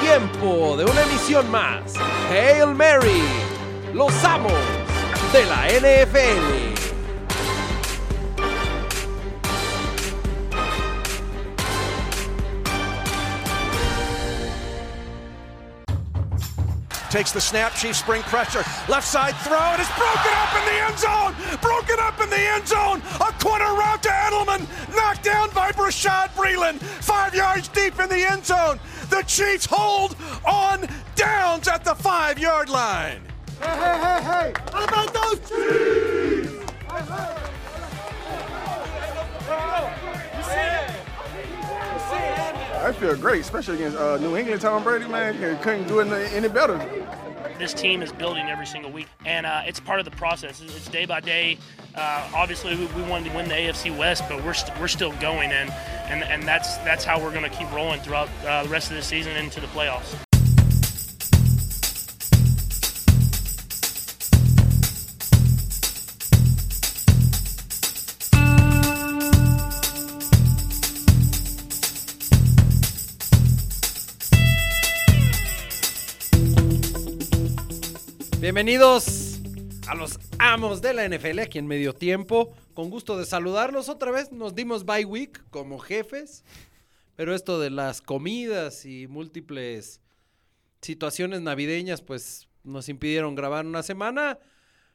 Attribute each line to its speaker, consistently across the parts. Speaker 1: tiempo de una emisión más. Hail Mary, los amos de la NFL.
Speaker 2: Takes the snap, Chiefs spring pressure. Left side throw, and it's broken up in the end zone! Broken up in the end zone! A corner route to Edelman, knocked down by Brashad Breeland, five yards deep in the end zone. The Chiefs hold on downs at the five yard line.
Speaker 3: Hey, hey, hey, hey! How about those Chiefs?
Speaker 4: I feel great, especially against uh, New England. Tom Brady, man, c- couldn't do it n- any better.
Speaker 5: This team is building every single week, and uh, it's part of the process. It's it's day by day. Uh, obviously, we, we wanted to win the AFC West, but we're st- we're still going, and and and that's that's how we're going to keep rolling throughout uh, the rest of the season into the playoffs.
Speaker 1: Bienvenidos a los amos de la NFL aquí en medio tiempo. Con gusto de saludarlos otra vez. Nos dimos bye week como jefes. Pero esto de las comidas y múltiples situaciones navideñas, pues nos impidieron grabar una semana.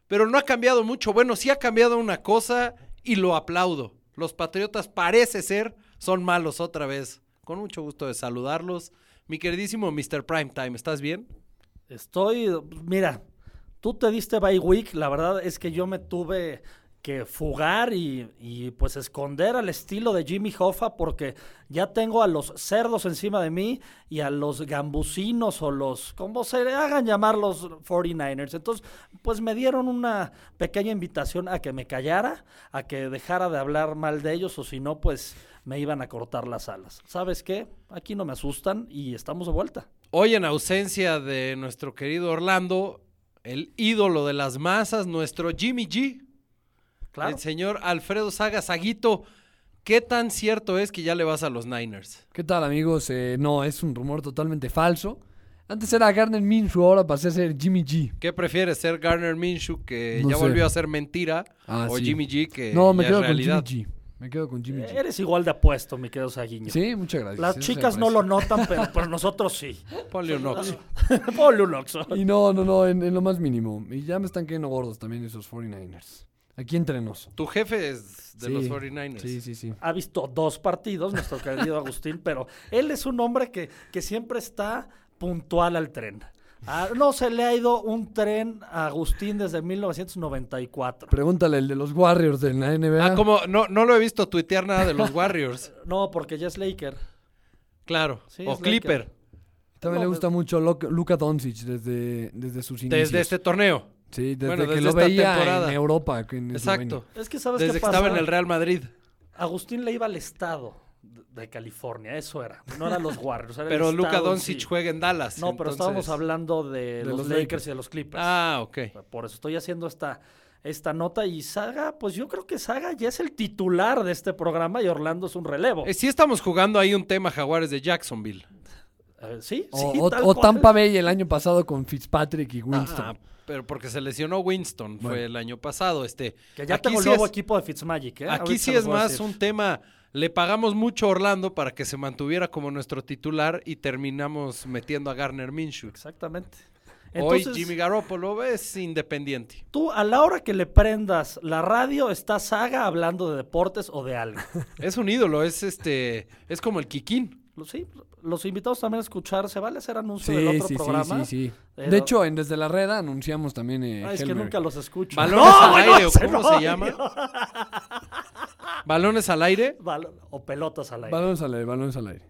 Speaker 1: Pero no ha cambiado mucho. Bueno, sí ha cambiado una cosa y lo aplaudo. Los Patriotas parece ser son malos otra vez. Con mucho gusto de saludarlos. Mi queridísimo Mr. Primetime, ¿estás bien?
Speaker 6: Estoy, mira, tú te diste bye week, la verdad es que yo me tuve que fugar y, y, pues esconder al estilo de Jimmy Hoffa porque ya tengo a los cerdos encima de mí y a los gambusinos o los, como se hagan llamar los 49ers. Entonces, pues me dieron una pequeña invitación a que me callara, a que dejara de hablar mal de ellos o si no, pues me iban a cortar las alas. ¿Sabes qué? Aquí no me asustan y estamos de vuelta.
Speaker 1: Hoy en ausencia de nuestro querido Orlando, el ídolo de las masas, nuestro Jimmy G,
Speaker 6: Claro.
Speaker 1: el señor Alfredo Saga Saguito, ¿qué tan cierto es que ya le vas a los Niners?
Speaker 7: ¿Qué tal, amigos? Eh, no, es un rumor totalmente falso. Antes era Garner Minshew, ahora pasé a ser Jimmy G.
Speaker 1: ¿Qué prefieres ser Garner Minshew que
Speaker 7: No
Speaker 1: ya
Speaker 7: sé.
Speaker 1: volvió a ser mentira
Speaker 7: Ah,
Speaker 1: o
Speaker 7: sí.
Speaker 1: Jimmy G que
Speaker 7: no, me
Speaker 1: Eh, ya
Speaker 7: quedo
Speaker 1: es realidad?
Speaker 7: con Jimmy G. Me quedo con Jimmy G.
Speaker 6: Eres igual de apuesto, mi querido Saguiño.
Speaker 7: Sí, muchas gracias.
Speaker 6: Eh, Las
Speaker 7: Eso se
Speaker 6: chicas no
Speaker 7: aprecia.
Speaker 6: lo notan, pero, pero nosotros sí.
Speaker 1: Ponle un Oxxo.
Speaker 6: Ponle un Oxxo.
Speaker 7: Y no, no, no, en, en lo más mínimo. Y ya me están cayendo gordos también esos 49ers. Aquí entre nos.
Speaker 1: Tu jefe es de
Speaker 7: Sí.
Speaker 1: los 49ers.
Speaker 7: Sí, sí, sí.
Speaker 6: Ha visto dos partidos, nuestro querido Agustín, pero él es un hombre que, que siempre está puntual al tren. Ah, no se le ha ido un tren a Agustín desde 1994.
Speaker 7: Pregúntale el de los Warriors de la NBA.
Speaker 1: Ah, como no, no lo he visto tuitear nada de los Warriors.
Speaker 6: No, porque ya es Laker.
Speaker 1: Claro.
Speaker 6: Sí,
Speaker 1: o
Speaker 6: es
Speaker 1: Clipper.
Speaker 6: Laker.
Speaker 7: También
Speaker 6: no,
Speaker 7: le gusta mucho Luca Luka Doncic desde, desde sus inicios.
Speaker 1: pues- Desde este torneo.
Speaker 7: Sí, desde
Speaker 1: bueno,
Speaker 7: que
Speaker 1: desde
Speaker 7: lo
Speaker 1: esta
Speaker 7: veía
Speaker 1: temporada.
Speaker 7: en Europa. en
Speaker 1: Exacto.
Speaker 7: Eslovenia.
Speaker 6: Es que sabes
Speaker 1: Desde
Speaker 6: qué
Speaker 1: que
Speaker 6: pasa.
Speaker 1: estaba en el Real Madrid.
Speaker 6: Agustín le iba al estado de de California, eso era. No eran los Warriors. era el
Speaker 1: Pero Luka
Speaker 6: estado en
Speaker 1: Doncic
Speaker 6: sí.
Speaker 1: juega en Dallas.
Speaker 6: No, pero
Speaker 1: entonces-
Speaker 6: estábamos hablando de,
Speaker 7: de
Speaker 6: los,
Speaker 7: los
Speaker 6: Lakers,
Speaker 7: Lakers.
Speaker 6: y de los Clippers.
Speaker 1: Ah, ok.
Speaker 6: Por eso estoy haciendo esta, esta nota. Y Saga, pues yo creo que Saga ya es el titular de este programa y Orlando es un relevo.
Speaker 1: Eh, sí estamos jugando ahí un tema Jaguares de Jacksonville.
Speaker 6: Eh, sí,
Speaker 7: O,
Speaker 6: sí.
Speaker 7: o-
Speaker 6: tal
Speaker 7: o
Speaker 6: cual.
Speaker 7: Tampa Bay el año pasado con Fitzpatrick y Winston.
Speaker 1: Ah, pero porque se lesionó Winston, fue
Speaker 7: Bueno.
Speaker 1: el año pasado. Este,
Speaker 6: Que ya
Speaker 1: aquí
Speaker 6: tengo el
Speaker 1: sí
Speaker 6: nuevo
Speaker 1: es-
Speaker 6: equipo de Fitzmagic. ¿eh?
Speaker 1: Aquí
Speaker 6: Ahorita
Speaker 1: sí
Speaker 6: les
Speaker 1: es
Speaker 6: voy a
Speaker 1: más
Speaker 6: decir.
Speaker 1: un tema. Le pagamos mucho a Orlando para que se mantuviera como nuestro titular y terminamos metiendo a Garner Minshew.
Speaker 6: Exactamente.
Speaker 1: Hoy
Speaker 6: Entonces,
Speaker 1: Jimmy Garoppolo es independiente.
Speaker 6: tú a la hora que le prendas la radio, está Saga hablando de deportes o de algo.
Speaker 1: Es un ídolo, es este, es como el Kikín.
Speaker 6: Lo- sí, los invitados también a escuchar. ¿Se vale hacer anuncio del
Speaker 7: Sí,
Speaker 6: otro
Speaker 7: sí,
Speaker 6: programa?
Speaker 7: sí, sí, sí.
Speaker 6: Pero-
Speaker 7: De hecho, en Desde la Reda anunciamos también. eh,
Speaker 6: Ay, Ah, es que
Speaker 7: Hail Mary.
Speaker 6: nunca los escucho.
Speaker 1: Balones al
Speaker 6: bueno,
Speaker 1: aire, ¿o
Speaker 6: ese
Speaker 1: cómo se llama? Balones al aire,
Speaker 6: Bal- o pelotas al aire.
Speaker 7: Balones al aire, balones al aire.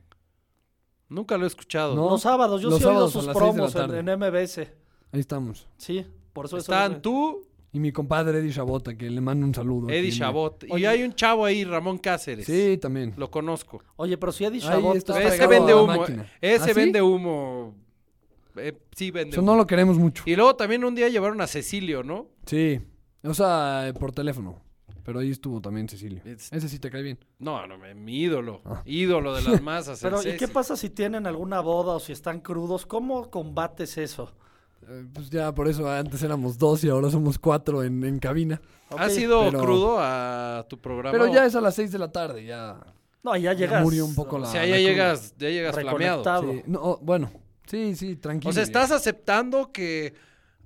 Speaker 1: nunca lo he escuchado.
Speaker 7: No.
Speaker 6: Los sábados, yo
Speaker 7: Los
Speaker 6: sí he oído
Speaker 7: sábados a
Speaker 6: sus
Speaker 7: las seis de la
Speaker 6: promos en,
Speaker 7: tarde.
Speaker 6: en MBS.
Speaker 7: Ahí estamos.
Speaker 6: Sí, por eso eso
Speaker 1: Están
Speaker 6: es-
Speaker 1: tú,
Speaker 7: Y mi compadre Eddie Chabota, que le mando un saludo. aquí
Speaker 1: Eddie
Speaker 7: en-
Speaker 1: Chabot. Y
Speaker 6: Oye.
Speaker 1: hay un chavo ahí, Ramón Cáceres.
Speaker 7: Sí, también.
Speaker 1: Lo conozco.
Speaker 6: Oye, pero si Eddie
Speaker 7: Ahí
Speaker 6: Chabot
Speaker 7: está.
Speaker 6: está
Speaker 1: Ese
Speaker 7: pegado
Speaker 1: vende
Speaker 7: a la
Speaker 1: humo. eh.
Speaker 7: máquina.
Speaker 1: Ese
Speaker 7: ¿Ah, sí?
Speaker 1: vende humo. Eh, sí, vende
Speaker 7: Eso
Speaker 1: humo.
Speaker 7: no lo queremos mucho.
Speaker 1: Y luego también un día llevaron a Cecilio, ¿no?
Speaker 7: Sí. O sea, eh, por teléfono. Pero ahí estuvo también Cecilio.
Speaker 1: It's-
Speaker 7: Ese sí te cae bien.
Speaker 1: No, no, me- mi ídolo.
Speaker 7: Ah.
Speaker 1: Ídolo de las masas. el
Speaker 6: Pero, ¿y
Speaker 1: Ceci.
Speaker 6: qué pasa si tienen alguna boda o si están crudos? ¿Cómo combates eso?
Speaker 7: Eh, pues ya por eso antes éramos dos y ahora somos cuatro en, en cabina.
Speaker 1: ¿Has ido
Speaker 7: pero-
Speaker 1: crudo a tu programa?
Speaker 7: Pero
Speaker 1: o-
Speaker 7: ya es a las seis de la tarde, ya.
Speaker 6: No, ya
Speaker 7: ya
Speaker 6: llegas.
Speaker 7: murió un poco
Speaker 1: O
Speaker 7: la.
Speaker 1: sea,
Speaker 7: la
Speaker 1: ya
Speaker 7: cruda.
Speaker 1: llegas, ya llegas flameado.
Speaker 6: Reconectado.
Speaker 7: Sí, no, oh, bueno, sí, sí, tranquilo.
Speaker 1: O sea,
Speaker 7: ya.
Speaker 1: ¿estás aceptando que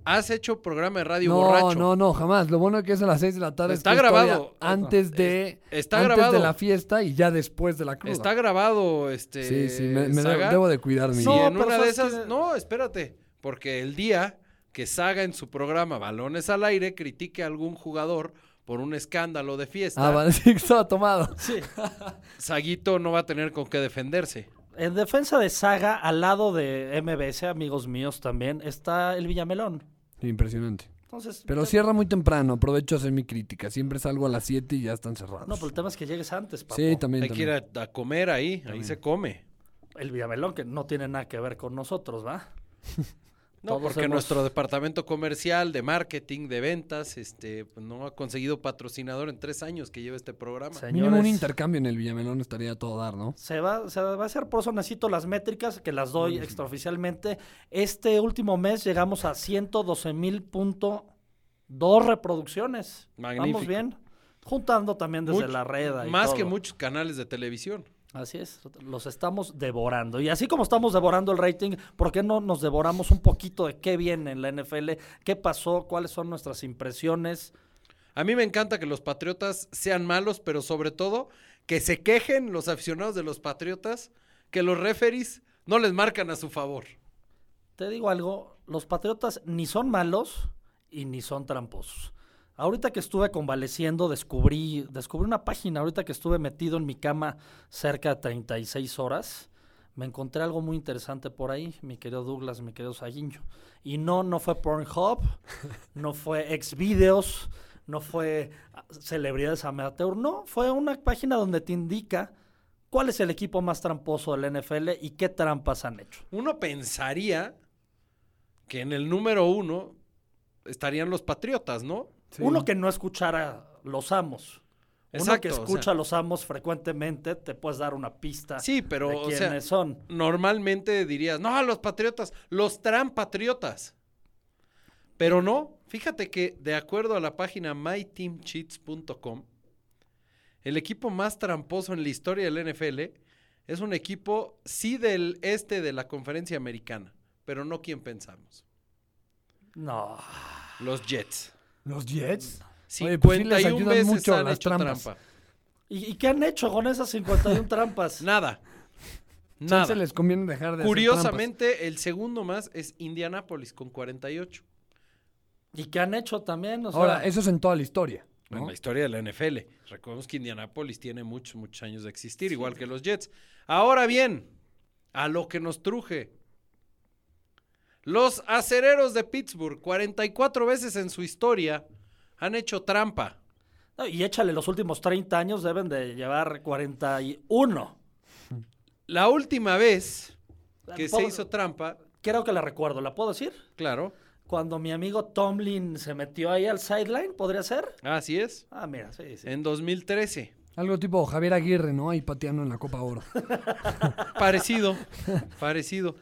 Speaker 1: has hecho programa de radio
Speaker 7: no,
Speaker 1: borracho?
Speaker 7: No, no, jamás. Lo bueno que es a las 6 de la tarde. es
Speaker 1: Está
Speaker 7: que es todavía
Speaker 1: grabado.
Speaker 7: Antes de,
Speaker 1: Es- está
Speaker 7: antes
Speaker 1: grabado.
Speaker 7: de la fiesta y ya después de la cruda.
Speaker 1: Está grabado, este.
Speaker 7: Sí, sí, me, me
Speaker 1: Saga.
Speaker 7: debo, debo de cuidar mi...
Speaker 1: Y
Speaker 6: No,
Speaker 1: en
Speaker 6: pero
Speaker 1: una de
Speaker 6: ¿sabes qué?
Speaker 1: esas. No, espérate. Porque el día que Saga en su programa Balones al Aire critique a algún jugador por un escándalo de fiesta,
Speaker 7: Ah, vale, sí, que estaba tomado.
Speaker 6: Sí.
Speaker 1: Saguito no va a tener con qué defenderse.
Speaker 6: En defensa de Saga, al lado de MBS, amigos míos también, está el Villamelón.
Speaker 7: Impresionante.
Speaker 6: Entonces, pues,
Speaker 7: Pero
Speaker 6: te-
Speaker 7: cierra muy temprano, aprovecho a hacer mi crítica. Siempre salgo a las 7 y ya están cerrados.
Speaker 6: No, pero el tema es que llegues antes, papo.
Speaker 7: sí, también.
Speaker 1: Hay que ir
Speaker 7: también.
Speaker 1: a, a comer ahí, ahí se come.
Speaker 6: El Villamelón, que no tiene nada que ver con nosotros, ¿va?
Speaker 1: No,
Speaker 6: Todos
Speaker 1: porque
Speaker 6: hemos-
Speaker 1: nuestro departamento comercial de marketing, de ventas, este, pues, no ha conseguido patrocinador en tres años que lleva este programa.
Speaker 7: Mínimo un
Speaker 6: Señores,
Speaker 7: intercambio en el Villamelón estaría a todo dar, ¿no?
Speaker 6: Se va, se va a hacer, por eso necesito las métricas que las doy extraoficialmente. Este último mes llegamos a 112.2 reproducciones.
Speaker 1: Magnífico.
Speaker 6: Vamos bien. Juntando también desde
Speaker 1: Mucho-
Speaker 6: la red. y
Speaker 1: Más que
Speaker 6: todo.
Speaker 1: muchos canales de televisión.
Speaker 6: Así es, los estamos devorando. Y así como estamos devorando el rating, ¿por qué no nos devoramos un poquito de qué viene en la NFL? ¿Qué pasó? ¿Cuáles son nuestras impresiones?
Speaker 1: A mí me encanta que los Patriotas sean malos, pero sobre todo que se quejen los aficionados de los Patriotas que los referees no les marcan a su favor.
Speaker 6: Te digo algo, los Patriotas ni son malos y ni son tramposos. Ahorita que estuve convaleciendo, descubrí, descubrí una página, ahorita que estuve metido en mi cama cerca de 36 horas, me encontré algo muy interesante por ahí, mi querido Douglas, mi querido Saguinho. Y no, no fue Pornhub, no fue Xvideos, no fue ah, celebridades amateur, no, fue una página donde te indica cuál es el equipo más tramposo del NFL y qué trampas han hecho.
Speaker 1: Uno pensaría que en el número uno estarían los Patriotas, ¿no?
Speaker 6: Uno que no escuchara los amos. Uno que
Speaker 1: o sea,
Speaker 6: escucha a los amos frecuentemente, te puedes dar una pista
Speaker 1: Sí, pero,
Speaker 6: Ah, de
Speaker 1: o
Speaker 6: quiénes
Speaker 1: sea,
Speaker 6: son.
Speaker 1: normalmente dirías, no, los patriotas, los tran patriotas. Pero no, fíjate que de acuerdo a la página myteamcheats.com, el equipo más tramposo en la historia del NFL es un equipo sí del este de la conferencia americana, pero no quien pensamos,
Speaker 6: No.
Speaker 1: los Jets.
Speaker 7: ¿Los Jets? Oye,
Speaker 1: 51
Speaker 7: pues sí les ayudan
Speaker 1: veces
Speaker 7: mucho
Speaker 1: han
Speaker 7: las
Speaker 1: hecho
Speaker 7: trampas.
Speaker 1: trampa.
Speaker 6: ¿Y, y qué han hecho con esas 51 trampas?
Speaker 1: Nada.
Speaker 7: Nada.
Speaker 1: Nada.
Speaker 7: se les conviene dejar de hacer trampas.
Speaker 1: Curiosamente, el segundo más es Indianápolis con 48.
Speaker 6: ¿Y qué han hecho también? O sea,
Speaker 7: Ahora, eso es en toda la historia. ¿no?
Speaker 1: en la historia de la NFL. Recordemos que Indianapolis tiene muchos, muchos años de existir, igual que los Jets. Ahora bien, a lo que nos truje. Los acereros de Pittsburgh, 44 veces en su historia, han hecho trampa.
Speaker 6: no, y échale, los últimos 30 años deben de llevar 41.
Speaker 1: La última vez que se
Speaker 6: Puedo-
Speaker 1: hizo trampa,
Speaker 6: Creo que la recuerdo, ¿la puedo decir?
Speaker 1: claro,
Speaker 6: Cuando mi amigo Tomlin se metió ahí al sideline, ¿podría ser?
Speaker 1: así es,
Speaker 6: Ah, mira, sí, sí.
Speaker 1: en 2013.
Speaker 7: Algo tipo Javier Aguirre, ¿no? Ahí pateando en la Copa Oro.
Speaker 1: Parecido, parecido.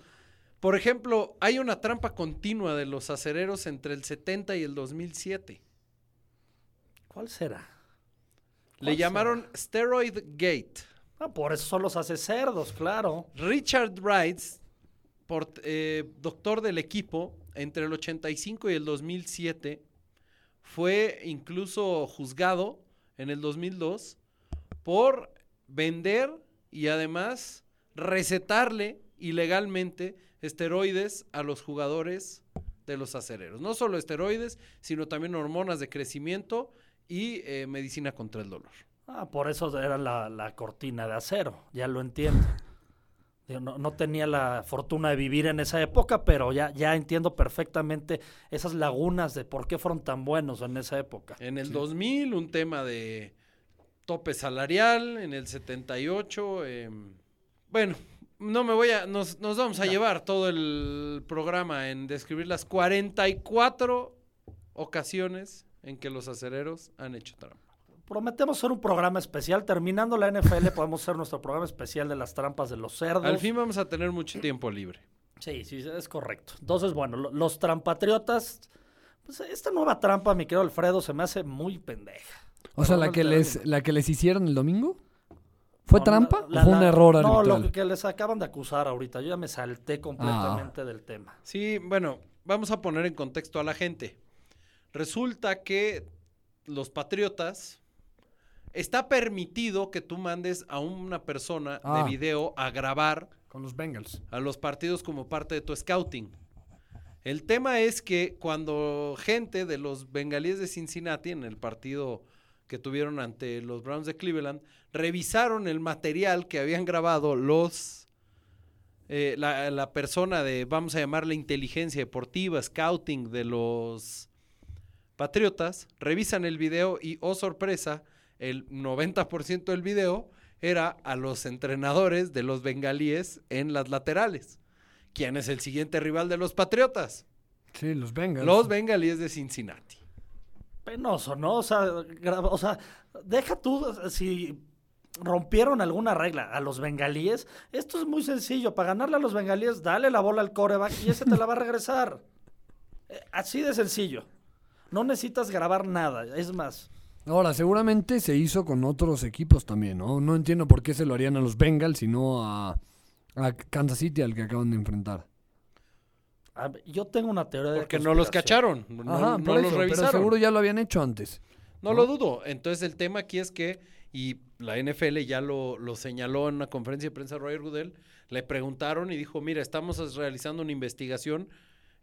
Speaker 1: Por ejemplo, hay una trampa continua de los acereros entre el 70 y el 2007.
Speaker 6: ¿Cuál será?
Speaker 1: Le llamaron Steroid Gate.
Speaker 6: Ah, por eso solo los hace cerdos, claro.
Speaker 1: Richard Wrights, por- eh, doctor del equipo, entre el 85 y el 2007, fue incluso juzgado en el 2002 por vender y además recetarle ilegalmente esteroides a los jugadores de los acereros. No solo esteroides, sino también hormonas de crecimiento y eh, medicina contra el dolor.
Speaker 6: Ah, por eso era la, la cortina de acero, ya lo entiendo. Digo, no, no tenía la fortuna de vivir en esa época, pero ya, ya entiendo perfectamente esas lagunas de por qué fueron tan buenos en esa época.
Speaker 1: En el 2000, un tema de tope salarial. En el 78, em, bueno, no me voy a. Nos, nos vamos a llevar todo el programa en describir las 44 ocasiones en que los acereros han hecho trampa.
Speaker 6: Prometemos hacer un programa especial. Terminando la NFL, podemos hacer nuestro programa especial de las trampas de los cerdos.
Speaker 1: Al fin vamos a tener mucho tiempo libre.
Speaker 6: Sí, sí, es correcto. Entonces, bueno, lo- los trampatriotas. Pues esta nueva trampa, mi querido Alfredo, se me hace muy pendeja.
Speaker 7: O sea, la
Speaker 6: no
Speaker 7: que,
Speaker 6: te
Speaker 7: les, la que les hicieron el domingo. ¿Fue
Speaker 6: No,
Speaker 7: trampa
Speaker 6: la-
Speaker 7: o fue
Speaker 6: la-
Speaker 7: un error
Speaker 6: No,
Speaker 7: arbitral?
Speaker 6: lo que les acaban de acusar ahorita. Yo ya me salté
Speaker 7: Ah.
Speaker 6: completamente del tema.
Speaker 1: Sí, bueno, vamos a poner en contexto a la gente. Resulta que los patriotas está permitido que tú mandes a una persona
Speaker 7: Ah.
Speaker 1: de video a grabar
Speaker 7: Con los Bengals.
Speaker 1: a los partidos como parte de tu scouting. El tema es que cuando gente de los bengalíes de Cincinnati en el partido que tuvieron ante los Browns de Cleveland, revisaron el material que habían grabado los eh, la, la persona de, vamos a llamarle inteligencia deportiva, scouting de los Patriotas, revisan el video y, oh sorpresa, el 90% del video era a los entrenadores de los bengalíes en las laterales. ¿Quién es el siguiente rival de los Patriotas?
Speaker 7: Sí, los Bengals.
Speaker 1: Los bengalíes de Cincinnati.
Speaker 6: penoso, ¿no? O sea, gra- o sea, deja tú eh, si rompieron alguna regla a los bengalíes. Esto es muy sencillo. Para ganarle a los bengalíes, dale la bola al coreback y ese te la va a regresar. Eh, Así de sencillo. No necesitas grabar nada. Es más,
Speaker 7: Ahora, seguramente se hizo con otros equipos también, ¿no? No entiendo por qué se lo harían a los Bengals y no a, a Kansas City, al que acaban de enfrentar.
Speaker 6: a- yo tengo una teoría de
Speaker 1: Porque no los
Speaker 6: conspiración.
Speaker 1: cacharon, no,
Speaker 7: Ajá,
Speaker 1: no
Speaker 7: por
Speaker 1: los
Speaker 7: eso,
Speaker 1: revisaron.
Speaker 7: pero seguro ya lo habían hecho antes.
Speaker 1: No lo dudo. Entonces el tema aquí es que, y la NFL ya lo, lo señaló en una conferencia de prensa a Roger Goodell, le preguntaron y dijo, mira, estamos as- realizando una investigación.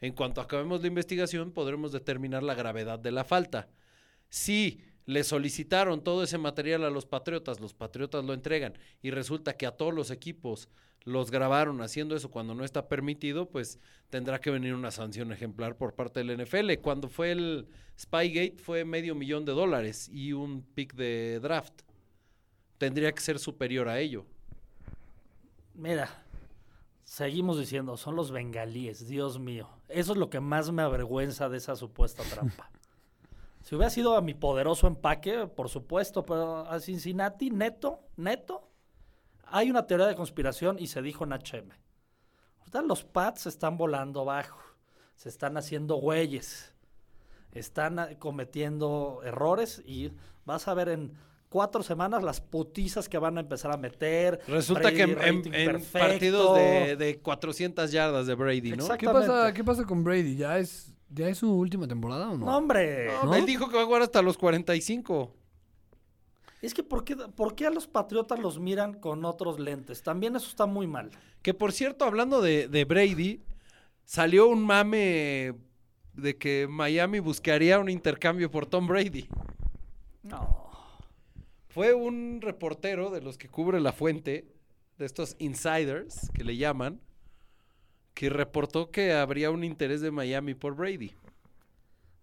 Speaker 1: En cuanto acabemos la investigación, podremos determinar la gravedad de la falta. Si le solicitaron todo ese material a los Patriotas, los Patriotas lo entregan y resulta que a todos los equipos los grabaron haciendo eso cuando no está permitido, pues tendrá que venir una sanción ejemplar por parte del NFL. Cuando fue el Spygate fue medio millón de dólares y un pick de draft. Tendría que ser superior a ello.
Speaker 6: Mira, seguimos diciendo, son los bengalíes, Dios mío. Eso es lo que más me avergüenza de esa supuesta trampa. si hubiera sido a mi poderoso empaque, por supuesto, pero a Cincinnati, neto, neto, hay una teoría de conspiración y se dijo en HM. Ahorita los Pats se están volando abajo, se están haciendo güeyes, están ah, cometiendo errores y vas a ver en cuatro semanas las putizas que van a empezar a meter.
Speaker 1: Resulta
Speaker 6: Brady,
Speaker 1: que en- en,
Speaker 6: rating
Speaker 1: en
Speaker 6: perfecto.
Speaker 1: partidos de, de 400 yardas de Brady, ¿no?
Speaker 6: Exacto.
Speaker 7: ¿Qué pasa,
Speaker 6: Exactamente.
Speaker 7: ¿Qué pasa con Brady? ¿Ya es, ¿Ya es su última temporada o no?
Speaker 6: No, hombre.
Speaker 1: No, Él dijo que va a jugar hasta los 45.
Speaker 6: Es que ¿por qué, por qué a los patriotas los miran con otros lentes? También eso está muy mal.
Speaker 1: Que por cierto, hablando de, de Brady, salió un mame de que Miami buscaría un intercambio por Tom Brady.
Speaker 6: No.
Speaker 1: Fue un reportero de los que cubre la fuente, de estos insiders que le llaman, que reportó que habría un interés de Miami por Brady.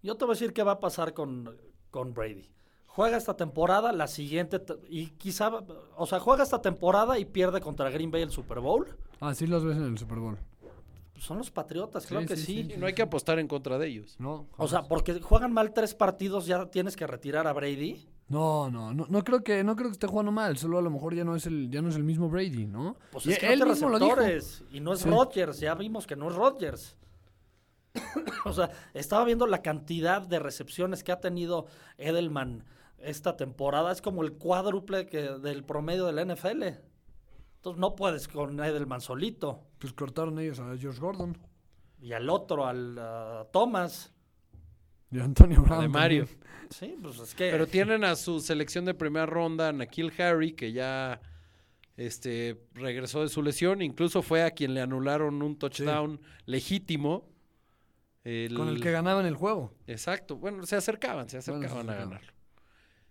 Speaker 6: Yo te voy a decir qué va a pasar con, con Brady. Juega esta temporada, la siguiente, te- y quizá, o sea, juega esta temporada y pierde contra Green Bay el Super Bowl. Pues
Speaker 7: Ah, sí los ves en el Super Bowl.
Speaker 6: Son los Patriotas, claro
Speaker 7: Sí,
Speaker 6: que
Speaker 7: sí,
Speaker 6: sí.
Speaker 1: Y no hay que apostar en contra de ellos.
Speaker 7: No,
Speaker 6: O sea, porque juegan mal tres partidos, ya tienes que retirar a Brady.
Speaker 7: No, no, no, no creo que no creo que esté jugando mal, solo a lo mejor ya no es el ya no es el mismo Brady, ¿no?
Speaker 6: Pues
Speaker 7: Y
Speaker 6: es que no tiene
Speaker 7: dijo.
Speaker 6: receptores. Y no es
Speaker 7: Sí.
Speaker 6: Rodgers. Ya vimos que no es Rodgers. o sea, estaba viendo la cantidad de recepciones que ha tenido Edelman esta temporada. Es como el cuádruple que, del promedio de la NFL. Entonces no puedes con Edelman solito.
Speaker 7: Pues cortaron ellos a George Gordon
Speaker 6: Y al otro, al a Thomas.
Speaker 7: y a Antonio Brown.
Speaker 1: De
Speaker 7: también.
Speaker 1: Mario.
Speaker 6: Sí, pues es que.
Speaker 1: Pero tienen a su selección de primera ronda, Nakil Harry, que ya este, regresó de su lesión. Incluso fue a quien le anularon un touchdown legítimo.
Speaker 7: Con el que ganaban el juego.
Speaker 1: Exacto. Bueno, se acercaban, se
Speaker 7: Bueno, se
Speaker 1: acercaban a
Speaker 7: acercaban.
Speaker 1: ganarlo.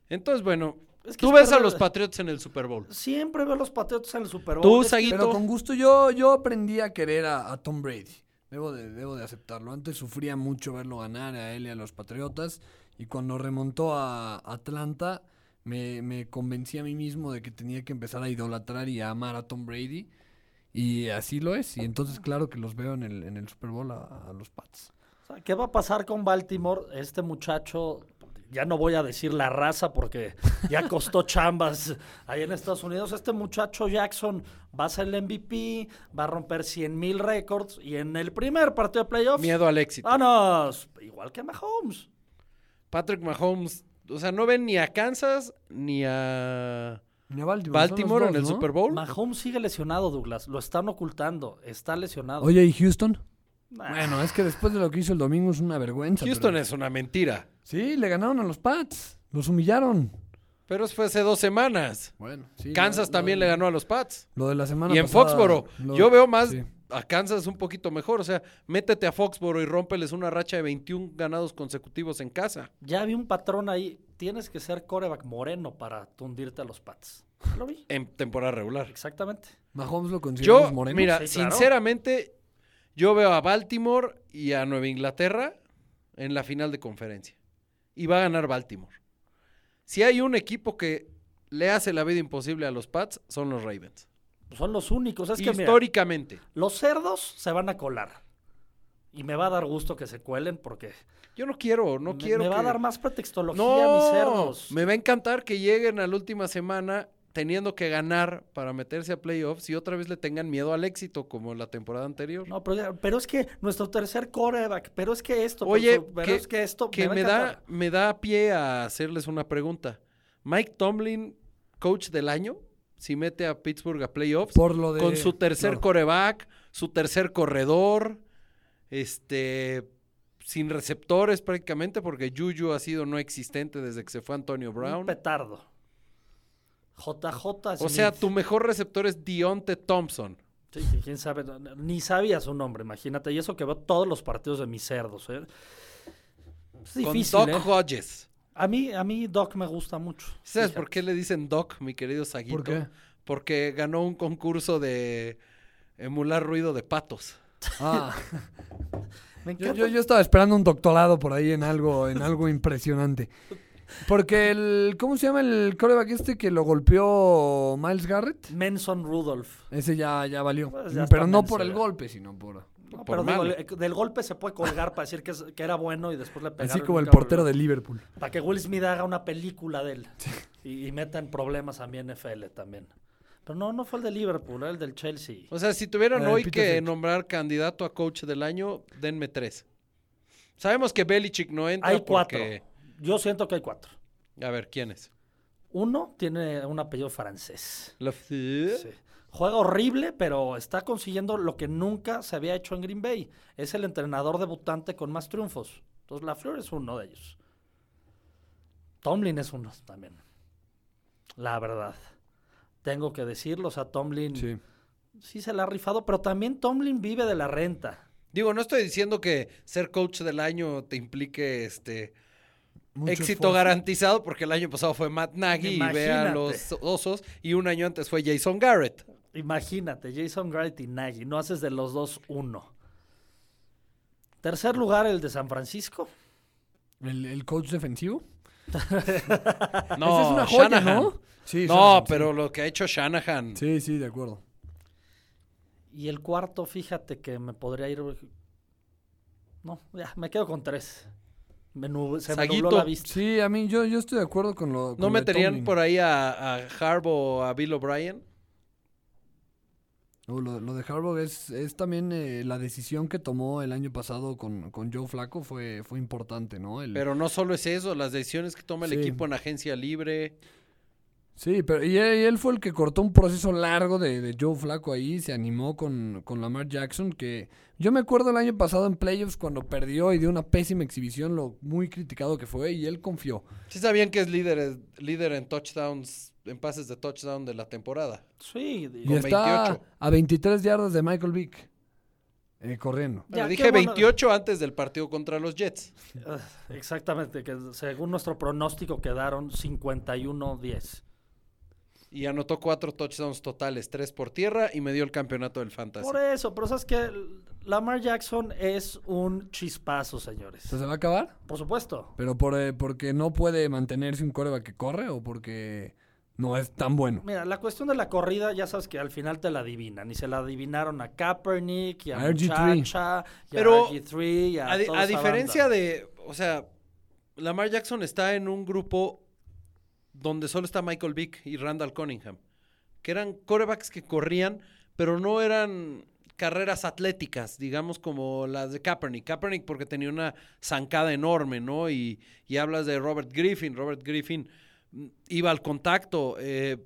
Speaker 1: Entonces, bueno,
Speaker 6: Es que
Speaker 1: tú
Speaker 6: es
Speaker 1: ves a
Speaker 6: perder-
Speaker 1: los Patriotas en el Super Bowl.
Speaker 6: Siempre veo a los Patriotas en el Super Bowl.
Speaker 1: Tú,
Speaker 6: Es que-
Speaker 1: Saguito.
Speaker 7: Pero con gusto yo, yo aprendí a querer a, a Tom Brady. Debo de, debo de aceptarlo. Antes sufría mucho verlo ganar a él y a los Patriotas. Y cuando remontó a Atlanta, me, me convencí a mí mismo de que tenía que empezar a idolatrar y a amar a Tom Brady. Y así lo es. Y entonces, claro que los veo en el, en el Super Bowl a, a los Pats.
Speaker 6: O sea, ¿Qué va a pasar con Baltimore? Este muchacho ya no voy a decir la raza porque ya costó chambas ahí en Estados Unidos. Este muchacho Jackson va a ser el MVP, va a romper 100 mil récords y en el primer partido de playoffs.
Speaker 1: Miedo al éxito.
Speaker 6: ¡Vámonos! Igual que Mahomes.
Speaker 1: Patrick Mahomes, o sea, no ven ni a Kansas ni a
Speaker 7: Ni a Baltimore, son los
Speaker 1: Baltimore en
Speaker 7: dos,
Speaker 1: el
Speaker 7: ¿no?
Speaker 1: Super Bowl.
Speaker 6: Mahomes sigue lesionado, Douglas. Lo están ocultando. Está lesionado.
Speaker 7: Oye, ¿y Houston?
Speaker 6: Nah.
Speaker 7: Bueno, es que después de lo que hizo el domingo es una vergüenza.
Speaker 1: Houston
Speaker 7: pero-
Speaker 1: es una mentira.
Speaker 7: Sí, le ganaron a los Pats. Los humillaron.
Speaker 1: Pero eso fue hace dos semanas.
Speaker 7: Bueno, sí.
Speaker 1: Kansas
Speaker 7: lo-
Speaker 1: también
Speaker 7: lo-
Speaker 1: le ganó a los Pats.
Speaker 7: Lo de la semana
Speaker 1: Y en
Speaker 7: pasada,
Speaker 1: Foxboro,
Speaker 7: lo-
Speaker 1: yo veo más
Speaker 7: sí.
Speaker 1: a Kansas un poquito mejor. O sea, métete a Foxboro y rómpeles una racha de 21 ganados consecutivos en casa.
Speaker 6: Ya vi un patrón ahí. Tienes que ser coreback moreno para tundirte a los Pats. Ya Lo vi.
Speaker 1: En temporada regular.
Speaker 6: Exactamente.
Speaker 7: Mahomes lo consideramos
Speaker 1: Yo,
Speaker 7: moreno.
Speaker 1: mira,
Speaker 6: Sí, claro.
Speaker 1: sinceramente, yo veo a Baltimore y a Nueva Inglaterra en la final de conferencia. Y va a ganar Baltimore. Si hay un equipo que le hace la vida imposible a los Pats, son los Ravens.
Speaker 6: Son los únicos. Es que mira,
Speaker 1: Históricamente.
Speaker 6: los cerdos se van a colar. Y me va a dar gusto que se cuelen porque
Speaker 1: Yo no quiero, no
Speaker 6: me,
Speaker 1: quiero.
Speaker 6: me va a
Speaker 1: que-
Speaker 6: dar más pretextología a mis
Speaker 1: No,
Speaker 6: cerdos.
Speaker 1: me va a encantar que lleguen a la última semana teniendo que ganar para meterse a playoffs y otra vez le tengan miedo al éxito como la temporada anterior.
Speaker 6: No, pero, ya- pero es que nuestro tercer coreback, pero es que esto, pero
Speaker 1: Oye,
Speaker 6: su- pero es que esto
Speaker 1: que
Speaker 6: va a
Speaker 1: me,
Speaker 6: encantar.
Speaker 1: da, me da pie a hacerles una pregunta. Mike Tomlin, coach del año, si mete a Pittsburgh a playoffs
Speaker 7: Por lo de-
Speaker 1: con su tercer
Speaker 7: claro.
Speaker 1: coreback, su tercer corredor, este sin receptores prácticamente porque Juju ha sido no existente desde que se fue Antonio
Speaker 6: Un
Speaker 1: Brown.
Speaker 6: petardo. JJ
Speaker 1: O sea,
Speaker 6: Smith.
Speaker 1: tu mejor receptor es Dionte Thompson.
Speaker 6: Sí, que quién sabe, no, no, ni sabía su nombre, imagínate. Y eso que veo todos los partidos de mis cerdos. ¿eh? Es difícil.
Speaker 1: con
Speaker 6: ¿eh?
Speaker 1: Doc Hodges.
Speaker 6: A mí, a mí Doc me gusta mucho.
Speaker 1: ¿Sabes
Speaker 6: Fíjate.
Speaker 1: por qué le dicen Doc, mi querido Saguito?
Speaker 7: ¿Por qué?
Speaker 1: Porque ganó un concurso de emular ruido de patos.
Speaker 7: Ah,
Speaker 6: Me
Speaker 7: yo,
Speaker 6: encanta.
Speaker 7: yo- yo estaba esperando un doctorado por ahí en algo, en algo impresionante. Porque el. ¿Cómo se llama el coreback este que lo golpeó Miles Garrett?
Speaker 6: Manson Rudolph.
Speaker 7: Ese ya, ya valió.
Speaker 6: Pues ya
Speaker 7: Pero
Speaker 6: está
Speaker 7: no
Speaker 6: menso,
Speaker 7: por el
Speaker 6: ya.
Speaker 7: golpe, sino por.
Speaker 1: Por
Speaker 6: No, pero digo,
Speaker 1: malo.
Speaker 6: el- del golpe se puede colgar para decir que, es- que era bueno y después le pegaron.
Speaker 7: Así como el
Speaker 6: nunca
Speaker 7: portero
Speaker 6: volvió.
Speaker 7: de Liverpool.
Speaker 6: Para que Will Smith haga una película de él. Y, y meta en problemas a mi NFL también. Pero no, no fue el de Liverpool, era el del Chelsea.
Speaker 1: O sea, si tuvieran
Speaker 7: Eh,
Speaker 1: hoy
Speaker 7: Peter
Speaker 1: que
Speaker 7: Finch.
Speaker 1: nombrar candidato a coach del año, denme tres. Sabemos que Belichick no entra
Speaker 6: Hay cuatro.
Speaker 1: porque-
Speaker 6: Yo siento que hay cuatro.
Speaker 1: A ver, ¿quién es?
Speaker 6: Uno tiene un apellido francés.
Speaker 1: Sí.
Speaker 6: Sí. Juega horrible, pero está consiguiendo lo que nunca se había hecho en Green Bay. Es el entrenador debutante con más triunfos. Entonces, LaFleur es uno de ellos. Tomlin es uno también. La verdad. Tengo que decirlo, o sea, Tomlin sí. se la ha rifado, pero también Tomlin vive de la renta.
Speaker 1: Digo, no estoy diciendo que ser coach del año te implique este
Speaker 7: Mucho
Speaker 1: éxito
Speaker 7: esfuerzo.
Speaker 1: garantizado, porque el año pasado fue Matt Nagy y vean
Speaker 6: Imagínate.
Speaker 1: los osos, y un año antes fue Jason Garrett.
Speaker 6: Imagínate, Jason Garrett y Nagy, no haces de los dos uno. Tercer lugar, el de San Francisco.
Speaker 7: ¿El, el coach defensivo?
Speaker 1: No,
Speaker 7: Esa es una joya,
Speaker 1: Shanahan.
Speaker 7: ¿no? Sí,
Speaker 1: No,
Speaker 7: Shanahan, sí.
Speaker 1: pero lo que ha hecho Shanahan.
Speaker 7: Sí, sí, de acuerdo.
Speaker 6: Y el cuarto, fíjate que me podría ir. No, ya, me quedo con tres. Me nub- Se me nubló
Speaker 1: Saguito.
Speaker 6: la vista.
Speaker 7: Sí, a mí yo, yo estoy de acuerdo con lo.
Speaker 1: ¿No
Speaker 7: con lo de
Speaker 1: meterían
Speaker 7: Tomlin.
Speaker 1: por ahí a, a Harbaugh o a Bill O'Brien?
Speaker 7: No, lo, lo de Harbaugh es, es también eh, la decisión que tomó el año pasado con, con Joe Flaco fue, fue importante, ¿no? El-
Speaker 1: Pero no solo es eso, las decisiones que toma el
Speaker 7: Sí.
Speaker 1: equipo en agencia libre.
Speaker 7: Sí, pero y él, y él fue el que cortó un proceso largo de, de Joe Flaco ahí, se animó con, con Lamar Jackson, que yo me acuerdo el año pasado en playoffs cuando perdió y dio una pésima exhibición, lo muy criticado que fue, y él confió.
Speaker 1: Sí sabían que es líder, líder en touchdowns, en pases de touchdown de la temporada.
Speaker 6: Sí,
Speaker 7: Y
Speaker 6: digo,
Speaker 7: está
Speaker 1: 28.
Speaker 7: a 23 yardas de Michael Vick, eh, corriendo.
Speaker 6: Ya,
Speaker 1: Bueno,
Speaker 6: qué
Speaker 1: dije
Speaker 6: bueno.
Speaker 1: 28 antes del partido contra los Jets.
Speaker 6: ah, exactamente, que según nuestro pronóstico quedaron 51-10.
Speaker 1: Y anotó cuatro touchdowns totales, tres por tierra y me dio el campeonato del Fantasy.
Speaker 6: Por eso, pero sabes que Lamar Jackson es un chispazo, señores.
Speaker 7: ¿Esto se va a acabar?
Speaker 6: Por supuesto.
Speaker 7: ¿Pero por, eh, porque no puede mantenerse un coreback que corre o porque no es tan bueno?
Speaker 6: Mira, la cuestión de la corrida, ya sabes que al final te la adivinan. Y se la adivinaron a Kaepernick y a
Speaker 7: A RG3.
Speaker 6: Muchacha, y
Speaker 1: Pero
Speaker 6: a RG3, y a
Speaker 1: A, di-
Speaker 6: toda
Speaker 1: a
Speaker 6: esa
Speaker 1: diferencia
Speaker 6: banda.
Speaker 1: de, o sea, Lamar Jackson está en un grupo donde solo está Michael Vick y Randall Cunningham, que eran corebacks que corrían, pero no eran carreras atléticas, digamos como las de Kaepernick. Kaepernick porque tenía una zancada enorme, ¿no? Y, y hablas de Robert Griffin. Robert Griffin mm, iba al contacto. eh,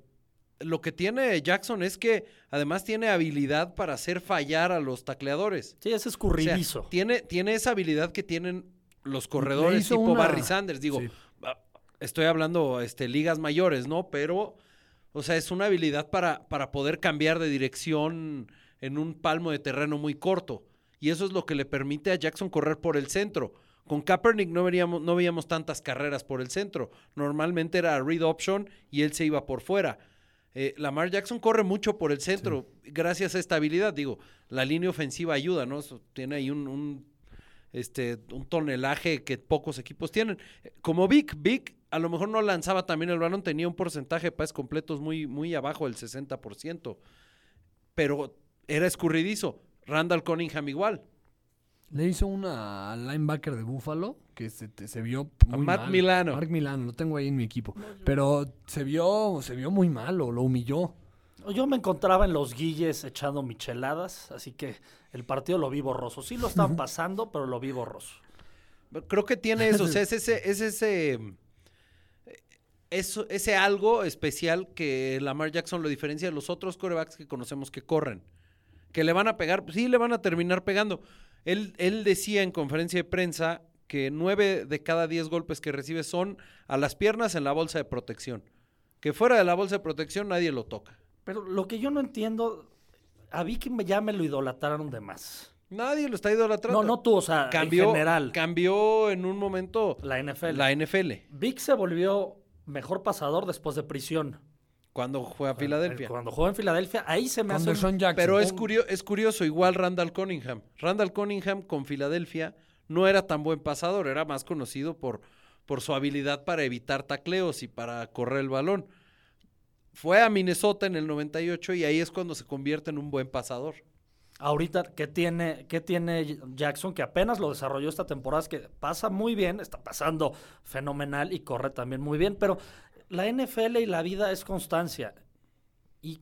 Speaker 1: lo que tiene Jackson es que además tiene habilidad para hacer fallar a los tacleadores.
Speaker 6: Sí, es
Speaker 1: O sea,
Speaker 6: escurridizo.
Speaker 1: tiene, tiene esa habilidad que tienen los corredores
Speaker 7: hizo
Speaker 1: tipo
Speaker 7: una-
Speaker 1: Barry Sanders. Digo,
Speaker 7: Sí.
Speaker 1: ah, estoy hablando este, ligas mayores, ¿no? Pero, o sea, es una habilidad para, para poder cambiar de dirección en un palmo de terreno muy corto. Y eso es lo que le permite a Jackson correr por el centro. Con Kaepernick no, veríamos, no veíamos tantas carreras por el centro. Normalmente era read option y él se iba por fuera. Eh, Lamar Jackson corre mucho por el centro gracias a esta habilidad. Digo, la línea ofensiva ayuda, ¿no? Eso tiene ahí un, un, este, un tonelaje que pocos equipos tienen. Eh, Como Vic, Vic a lo mejor no lanzaba también el balón, tenía un porcentaje de pases completos muy, muy abajo del 60%, pero era escurridizo. Randall Cunningham igual.
Speaker 7: Le hizo una al linebacker de Buffalo que se, te- se vio
Speaker 1: A
Speaker 7: muy
Speaker 1: Mark
Speaker 7: mal.
Speaker 1: Milano.
Speaker 7: Mark Milano, lo tengo ahí en mi equipo. Pero se vio, se vio muy malo, lo humilló.
Speaker 6: Yo me encontraba en los guilles echando micheladas, así que el partido lo vi borroso. Sí lo están pasando, pero lo vi borroso.
Speaker 1: Creo que tiene eso, o sea, es ese, es ese, eh, eso- ese algo especial que Lamar Jackson lo diferencia de los otros corebacks que conocemos que corren. Que le van a pegar, sí, le van a terminar pegando. Él, él decía en conferencia de prensa que nueve de cada diez golpes que recibe son a las piernas en la bolsa de protección. Que fuera de la bolsa de protección nadie lo toca.
Speaker 6: Pero lo que yo no entiendo, a Vicky me- ya me lo idolatraron de más.
Speaker 1: Nadie lo está idolatrando.
Speaker 6: No, no tú, o sea,
Speaker 1: cambió,
Speaker 6: en general,
Speaker 1: Cambió en un momento
Speaker 6: la NFL.
Speaker 1: la NFL
Speaker 6: Vic se volvió mejor pasador después de prisión.
Speaker 1: cuando fue a Filadelfia.
Speaker 6: Cuando jugó en Filadelfia, ahí se me
Speaker 7: Con
Speaker 6: hace... un-
Speaker 7: Deshaun Jackson.
Speaker 1: Pero es, curio- es curioso, igual Randall Cunningham. Randall Cunningham con Filadelfia no era tan buen pasador, era más conocido por, por su habilidad para evitar tacleos y para correr el balón. Fue a Minnesota en el 98 y ahí es cuando se convierte en un buen pasador.
Speaker 6: Ahorita, ¿qué tiene, ¿qué tiene Jackson? Que apenas lo desarrolló esta temporada, es que pasa muy bien, está pasando fenomenal y corre también muy bien, pero la NFL y la vida es constancia. Y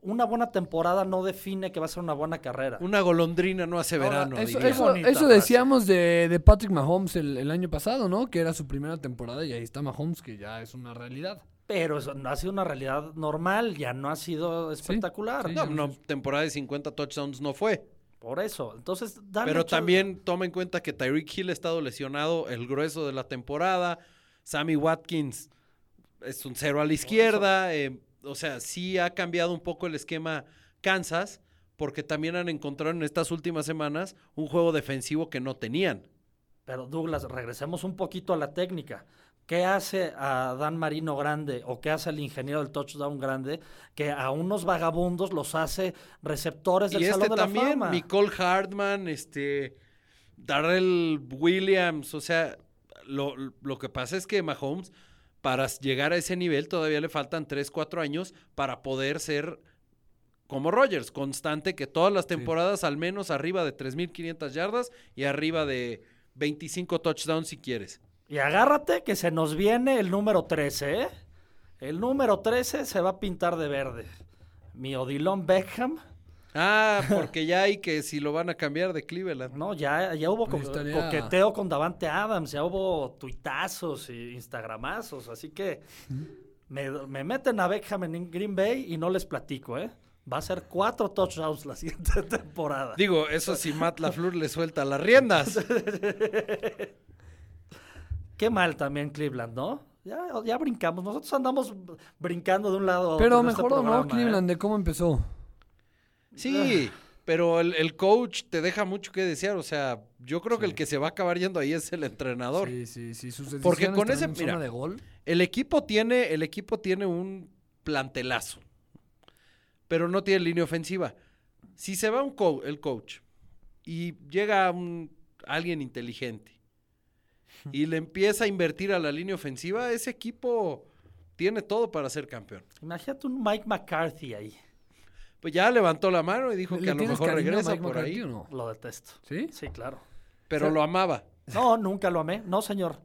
Speaker 6: una buena temporada no define que va a ser una buena carrera.
Speaker 1: Una golondrina no hace
Speaker 7: Ahora,
Speaker 1: verano.
Speaker 7: eso,
Speaker 1: diría.
Speaker 7: eso-
Speaker 6: Bonita
Speaker 7: eso
Speaker 6: frase.
Speaker 7: decíamos de, de Patrick Mahomes el, el año pasado, ¿no? Que era su primera temporada y ahí está Mahomes, que ya es una realidad.
Speaker 6: Pero eso no ha sido una realidad normal, ya no ha sido espectacular.
Speaker 7: sí.
Speaker 1: No, no, temporada de 50 touchdowns no fue.
Speaker 6: Por eso. Entonces, dale
Speaker 1: Pero
Speaker 6: chance.
Speaker 1: también toma en cuenta que Tyreek Hill ha estado lesionado el grueso de la temporada. Sammy Watkins es un cero a la izquierda. eh, o sea, sí ha cambiado un poco el esquema Kansas, porque también han encontrado en estas últimas semanas un juego defensivo que no tenían.
Speaker 6: Pero Douglas, regresemos un poquito a la técnica. ¿Qué hace a Dan Marino grande o qué hace al ingeniero del touchdown grande que a unos vagabundos los hace receptores del
Speaker 1: Y este
Speaker 6: Salón de la
Speaker 1: también,
Speaker 6: Fama?
Speaker 1: Nicole Hardman, este, Darrell Williams, o sea, lo, lo que pasa es que Mahomes, para llegar a ese nivel, todavía le faltan 3, 4 años para poder ser como Rogers, constante, que todas las temporadas al menos arriba de 3.500 yardas y arriba de 25 touchdowns si quieres.
Speaker 6: Y agárrate que se nos viene el número 13, ¿eh? El número 13 se va a pintar de verde. Mi Odilon Beckham,
Speaker 1: Ah, porque ya hay que si lo van a cambiar de Cleveland.
Speaker 6: no, ya, ya hubo co-
Speaker 7: Pues Estaría-
Speaker 6: coqueteo con Davante Adams, ya hubo tuitazos y instagramazos, así que me, me meten a Beckham en Green Bay y no les platico, ¿eh? Va a ser cuatro touchdowns la siguiente temporada.
Speaker 1: Digo, eso si Matt LaFleur le suelta las riendas.
Speaker 6: Qué mal también Cleveland, ¿no? Ya, ya brincamos, nosotros andamos brincando de un lado a otro.
Speaker 1: pues
Speaker 7: Pero
Speaker 6: en este
Speaker 7: mejoró, ¿no?
Speaker 6: programa, ¿eh?
Speaker 7: Cleveland, de cómo empezó.
Speaker 1: Sí, pero el, el coach te deja mucho que desear. O sea, yo creo que el que se va a acabar yendo ahí es el entrenador.
Speaker 7: Sí, sí, sí. Sus
Speaker 1: Porque con
Speaker 7: decisiones también
Speaker 1: ese-
Speaker 7: en zona
Speaker 1: mira.
Speaker 7: de gol.
Speaker 1: El equipo tiene, el equipo tiene un plantelazo, pero no tiene línea ofensiva. Si se va un co- el coach y llega un- alguien inteligente y le empieza a invertir a la línea ofensiva, ese equipo tiene todo para ser campeón.
Speaker 6: Imagínate un Mike McCarthy ahí,
Speaker 1: Pues ya levantó la mano y dijo
Speaker 7: ¿Le
Speaker 1: que a lo
Speaker 7: tienes
Speaker 1: mejor
Speaker 7: cariño a
Speaker 1: regresa
Speaker 7: Mike
Speaker 1: por
Speaker 7: McCarthy
Speaker 1: ahí,
Speaker 7: o no?
Speaker 6: lo detesto.
Speaker 7: ¿Sí?
Speaker 6: Sí, claro.
Speaker 1: pero lo amaba.
Speaker 6: No, nunca lo amé, no señor.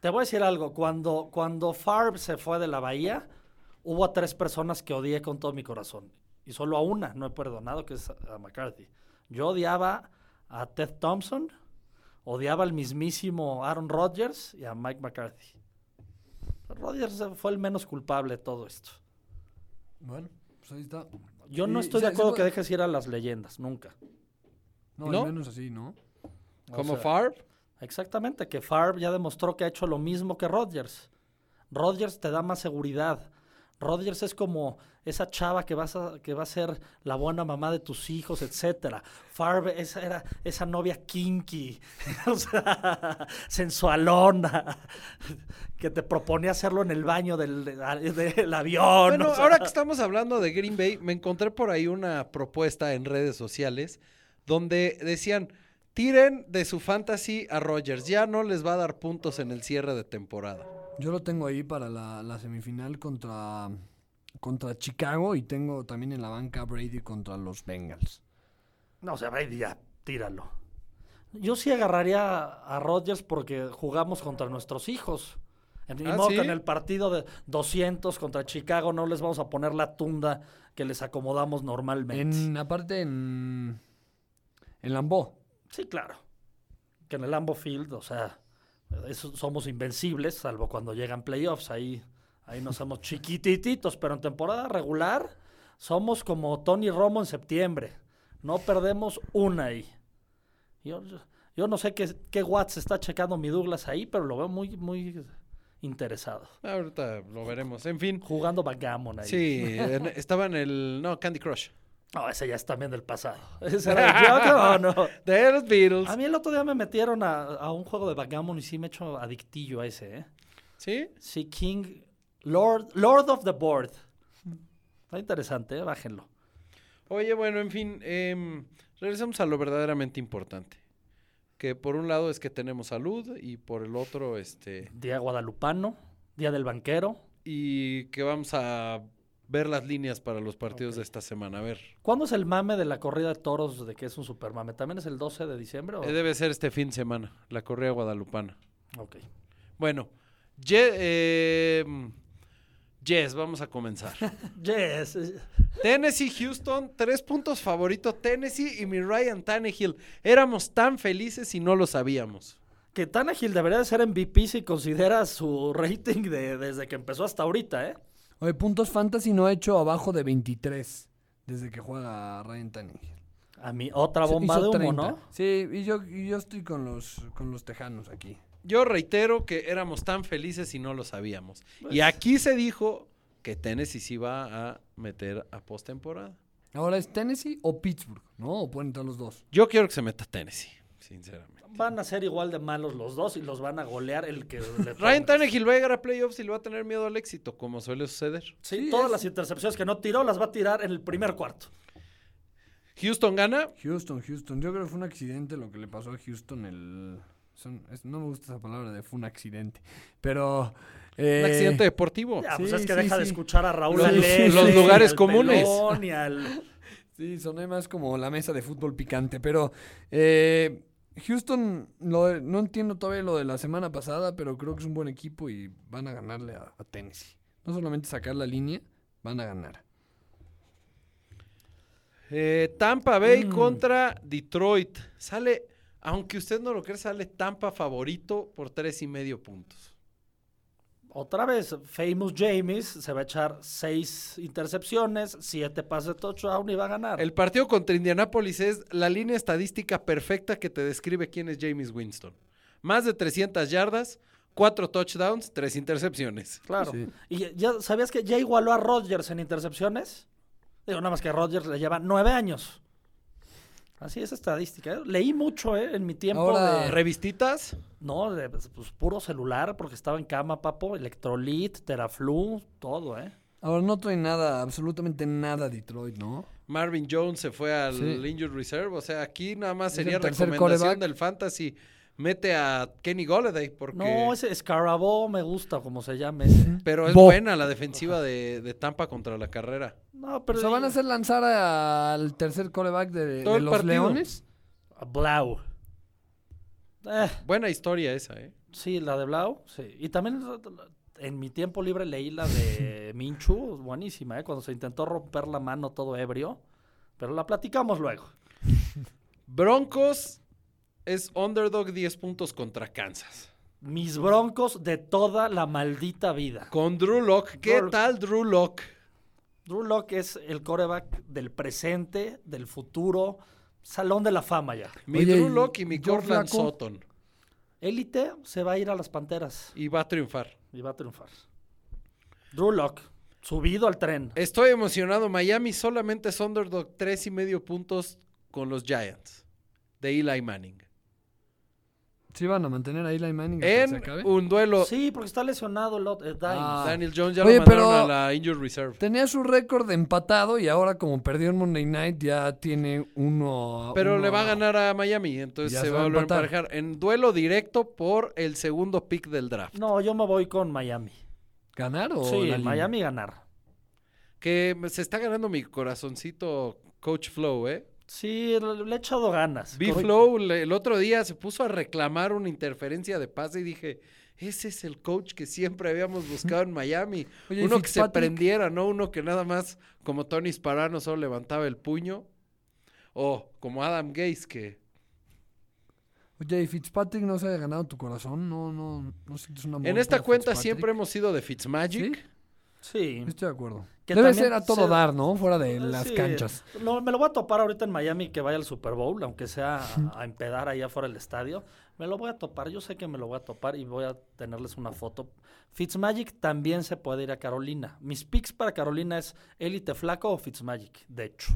Speaker 6: Te voy a decir algo. Cuando, cuando Favre se fue de la Bahía, hubo a tres personas que odié con todo mi corazón. Y solo a una no he perdonado, que es a McCarthy. Yo odiaba a Ted Thompson, odiaba al mismísimo Aaron Rodgers y a Mike McCarthy. Rodgers fue el menos culpable de todo esto.
Speaker 7: Bueno, pues ahí está.
Speaker 6: Yo no
Speaker 7: Y
Speaker 6: estoy
Speaker 7: se-
Speaker 6: de
Speaker 7: se
Speaker 6: acuerdo que
Speaker 7: puede-
Speaker 6: dejes ir a las leyendas, nunca.
Speaker 7: No,
Speaker 1: ¿No?
Speaker 7: al menos así, ¿no?
Speaker 1: ¿Como
Speaker 6: sea-
Speaker 1: Favre?
Speaker 6: Exactamente, que Favre ya demostró que ha hecho lo mismo que Rodgers. Rodgers te da más seguridad. Rodgers es como esa chava que, vas a- que va a ser la buena mamá de tus hijos, etcétera. Favre esa era esa novia kinky, o sea, sensualona, que te proponía hacerlo en el baño del, del- del avión.
Speaker 1: Bueno,
Speaker 6: o sea.
Speaker 1: ahora que estamos hablando de Green Bay, me encontré por ahí una propuesta en redes sociales donde decían, tiren de su fantasy a Rodgers, ya no les va a dar puntos en el cierre de temporada.
Speaker 7: Yo lo tengo ahí para la, la semifinal contra, contra Chicago y tengo también en la banca a Brady contra los Bengals.
Speaker 6: No, o sea, Brady ya, tíralo. Yo sí agarraría a Rodgers porque jugamos contra nuestros hijos. En, y
Speaker 1: Ah,
Speaker 6: modo que
Speaker 1: ¿sí?
Speaker 6: en el partido de 200 contra Chicago no les vamos a poner la tunda que les acomodamos normalmente.
Speaker 7: En, aparte en, en Lambó.
Speaker 6: Sí, claro. Que en el Lambo Field, o sea, eso- somos invencibles, salvo cuando llegan playoffs. Ahí, ahí no somos chiquitititos, pero en temporada regular somos como Tony Romo en septiembre. No perdemos una ahí. Yo, yo no sé qué, qué Watts está checando mi Douglas ahí, pero lo veo muy, muy interesado.
Speaker 1: Ahorita lo veremos. En fin,
Speaker 6: Jugando backgammon ahí.
Speaker 1: sí, en- estaba en el... No, Candy Crush.
Speaker 6: No, ese ya es también del pasado. ¿Ese era el Joker o Ah, no?
Speaker 1: De los Beatles.
Speaker 6: A mí el otro día me metieron a, a un juego de backgammon y sí me he hecho adictillo a ese, ¿eh?
Speaker 1: ¿Sí?
Speaker 6: Sí, King, Lord, Lord of the Board. Está interesante, ¿eh? bájenlo.
Speaker 1: Oye, bueno, en fin, em, regresemos a lo verdaderamente importante. Que por un lado es que tenemos salud y por el otro, este...
Speaker 6: Día Guadalupano, Día del Banquero.
Speaker 1: Y que vamos a ver las líneas para los partidos de esta semana. A ver. eh,
Speaker 6: ¿Cuándo es el mame de la corrida de toros de que es un supermame? ¿También es el 12 de diciembre? o-
Speaker 1: Eh, Debe ser este fin de semana, la correa guadalupana.
Speaker 6: Ok.
Speaker 1: Bueno, Ye- eh, mm, Yes, vamos a comenzar.
Speaker 6: Yes. eh,
Speaker 1: Tennessee, Houston, tres puntos favorito Tennessee y mi Ryan Tannehill. Éramos tan felices y no lo sabíamos.
Speaker 6: Que Tannehill debería de ser MVP si consideras su rating de, desde que empezó hasta ahorita, ¿eh?
Speaker 7: Oye, puntos fantasy no ha hecho abajo de 23 desde que juega Ryan Tannehill.
Speaker 6: A mí, otra bomba
Speaker 7: Hizo
Speaker 6: de humo,
Speaker 7: 30.
Speaker 6: ¿no?
Speaker 7: Sí, y yo, y yo estoy con los, con los tejanos aquí.
Speaker 1: Yo reitero que éramos tan felices y no lo sabíamos. Y aquí se dijo que Tennessee sí va a meter a postemporada.
Speaker 7: Ahora es Tennessee o Pittsburgh, ¿no? O pueden entrar los dos.
Speaker 1: Yo quiero que se meta Tennessee, sinceramente.
Speaker 6: Van a ser igual de malos los dos y los van a golear el que le
Speaker 1: Ryan
Speaker 6: pongas.
Speaker 1: Tannehill va a llegar a playoffs y le va a tener miedo al éxito, como suele suceder.
Speaker 6: Sí,
Speaker 7: Sí,
Speaker 6: todas
Speaker 7: es-
Speaker 6: las intercepciones que no tiró las va a tirar en el primer cuarto.
Speaker 1: Houston gana.
Speaker 7: Houston, Houston. Yo creo que fue un accidente lo que le pasó a Houston el... son- es- no me gusta esa palabra de fue un accidente, pero... eh,
Speaker 1: Un accidente deportivo.
Speaker 6: Ya, pues
Speaker 7: Sí,
Speaker 6: es que
Speaker 7: sí,
Speaker 6: deja de
Speaker 7: sí.
Speaker 6: escuchar a Raúl
Speaker 7: Los-
Speaker 6: Alexis,
Speaker 7: los
Speaker 6: y
Speaker 1: lugares
Speaker 6: al
Speaker 1: comunes.
Speaker 6: Pelón y al-
Speaker 7: Sí, soné más como la mesa de fútbol picante, pero eh, Houston, lo de- no entiendo todavía lo de la semana pasada, pero creo que es un buen equipo y van a ganarle a, a Tennessee. No solamente sacar la línea, van a ganar.
Speaker 1: Eh, Tampa Bay contra Detroit. Sale, aunque usted no lo crea, sale Tampa favorito por tres y medio puntos.
Speaker 6: Otra vez, Famous James se va a echar seis intercepciones, siete pases de touchdown y va a ganar.
Speaker 1: El partido contra Indianapolis es la línea estadística perfecta que te describe quién es James Winston. Más de 300 yardas, cuatro touchdowns, tres intercepciones.
Speaker 6: Claro. ¿Y ya sabías que ya igualó a Rodgers en intercepciones? Digo, nada más que a Rodgers le lleva nueve años. Así es estadística. ¿eh? Leí mucho ¿eh? en mi tiempo
Speaker 7: Ahora-
Speaker 6: de
Speaker 1: Revistitas,
Speaker 6: No, de- pues, pues, puro celular, porque estaba en cama, papo, electrolit, teraflu, todo, ¿eh?
Speaker 7: Ahora no trae nada, absolutamente nada Detroit, ¿no?
Speaker 1: Marvin Jones se fue al
Speaker 7: Sí.
Speaker 1: Injured Reserve. O sea, aquí nada más
Speaker 7: Es el
Speaker 1: sería
Speaker 7: tercer
Speaker 1: recomendación
Speaker 7: quarterback.
Speaker 1: del Fantasy. Mete a Kenny Golladay porque...
Speaker 6: No, ese Scarabó me gusta, como se llame ese.
Speaker 1: Pero es
Speaker 7: Bo.
Speaker 1: buena la defensiva de, de Tampa contra la carrera.
Speaker 6: No, pero...
Speaker 7: o sea, van a hacer lanzar al tercer coreback de,
Speaker 1: Todo
Speaker 7: de
Speaker 1: el
Speaker 7: los
Speaker 1: partido.
Speaker 7: Leones.
Speaker 6: Blau. Eh,
Speaker 1: Buena historia esa, ¿eh?
Speaker 6: Sí, la de Blau, sí. Y también en mi tiempo libre leí la de Minchu, buenísima, ¿eh? Cuando se intentó romper la mano todo ebrio. Pero la platicamos luego.
Speaker 1: Broncos es underdog 10 puntos contra Kansas.
Speaker 6: Mis broncos de toda la maldita vida.
Speaker 1: Con Drew Lock. ¿Qué
Speaker 6: Drew-
Speaker 1: tal Drew Lock?
Speaker 6: Drew Locke es el coreback del presente, del futuro, salón de la fama ya.
Speaker 1: Mi
Speaker 7: Oye,
Speaker 1: Drew Lock y mi
Speaker 7: yo
Speaker 1: Cortland
Speaker 7: flaco.
Speaker 1: Sutton.
Speaker 6: Élite se va a ir a las panteras
Speaker 1: Y va a triunfar.
Speaker 6: y va a triunfar. Drew Locke, subido al tren.
Speaker 1: Estoy emocionado. Miami solamente es underdog 3 y medio puntos con los Giants. De Eli Manning.
Speaker 7: ¿Sí van a mantener ahí la Manning hasta que
Speaker 1: En
Speaker 7: se acabe?
Speaker 1: un duelo.
Speaker 6: Sí, porque está lesionado el otro, eh, Dimes.
Speaker 7: Ah.
Speaker 1: Daniel Jones ya
Speaker 7: Oye,
Speaker 1: lo mandaron
Speaker 7: pero-
Speaker 1: a la Injured Reserve.
Speaker 7: Tenía su récord empatado y ahora como perdió en Monday Night ya tiene uno.
Speaker 1: Pero
Speaker 7: uno
Speaker 1: le va a ganar a Miami, entonces
Speaker 7: Ya
Speaker 1: se
Speaker 7: se
Speaker 1: va a
Speaker 7: va a
Speaker 1: volver a
Speaker 7: empatar.
Speaker 1: emparejar. En duelo directo por el segundo pick del draft.
Speaker 6: No, yo me voy con Miami.
Speaker 7: ¿Ganar o
Speaker 6: Sí,
Speaker 7: la línea?
Speaker 6: Miami ganar.
Speaker 1: Que me- se está ganando mi corazoncito Coach Flow, ¿eh?
Speaker 6: Sí, le le he echado ganas. Corri-
Speaker 1: B-Flow le- el otro día se puso a reclamar una interferencia de pase y dije, ese es el coach que siempre habíamos buscado en Miami.
Speaker 7: Oye, y
Speaker 1: Uno que se
Speaker 7: Fitzpatrick.
Speaker 1: prendiera, no uno que nada más como Tony Sparano solo levantaba el puño. O como Adam Gaze que...
Speaker 7: Oye, y Fitzpatrick no se haya ganado tu corazón. No, no, no sientes una
Speaker 1: En esta cuenta siempre hemos sido de Fitzmagic.
Speaker 7: ¿Sí?
Speaker 6: Sí.
Speaker 7: Estoy de acuerdo.
Speaker 6: Que
Speaker 7: Debe
Speaker 6: también
Speaker 7: ser a todo
Speaker 6: se- Ah,
Speaker 7: dar, ¿no? Fuera de las
Speaker 6: Sí,
Speaker 7: canchas.
Speaker 6: lo- me lo voy a topar ahorita en Miami que vaya al Super Bowl, aunque sea a, a empedar allá afuera del estadio. Me lo voy a topar, yo sé que me lo voy a topar y voy a tenerles una foto. Fitzmagic también se puede ir a Carolina. Mis picks para Carolina es Elite Flaco o Fitzmagic, de hecho.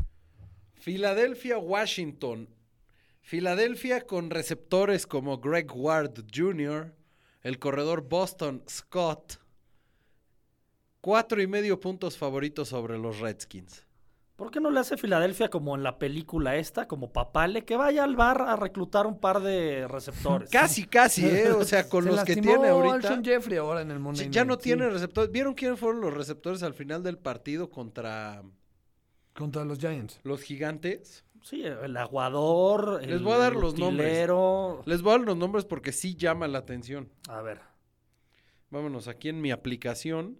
Speaker 1: Filadelfia, Washington. Filadelfia con receptores como Greg Ward Jr., el corredor Boston Scott. Cuatro y medio puntos favoritos sobre los Redskins.
Speaker 6: ¿Por qué no le hace Filadelfia como en la película esta, como papale, que vaya al bar a reclutar un par de receptores?
Speaker 1: Casi, casi, ¿eh? O sea, con
Speaker 7: Se
Speaker 1: los que
Speaker 7: lastimó
Speaker 1: tiene ahorita.
Speaker 7: Alshon Jeffrey ahora en el Monday
Speaker 1: Sí, Ya
Speaker 7: Night,
Speaker 1: no
Speaker 7: sí.
Speaker 1: tiene receptores. ¿Vieron quiénes fueron los receptores al final del partido contra
Speaker 7: Contra los Giants.
Speaker 1: los gigantes?
Speaker 6: Sí, el aguador, el
Speaker 1: Les voy a dar los nombres.
Speaker 6: utilero.
Speaker 1: Les voy a dar los nombres porque sí llama la atención.
Speaker 6: A ver,
Speaker 1: Vámonos aquí en mi aplicación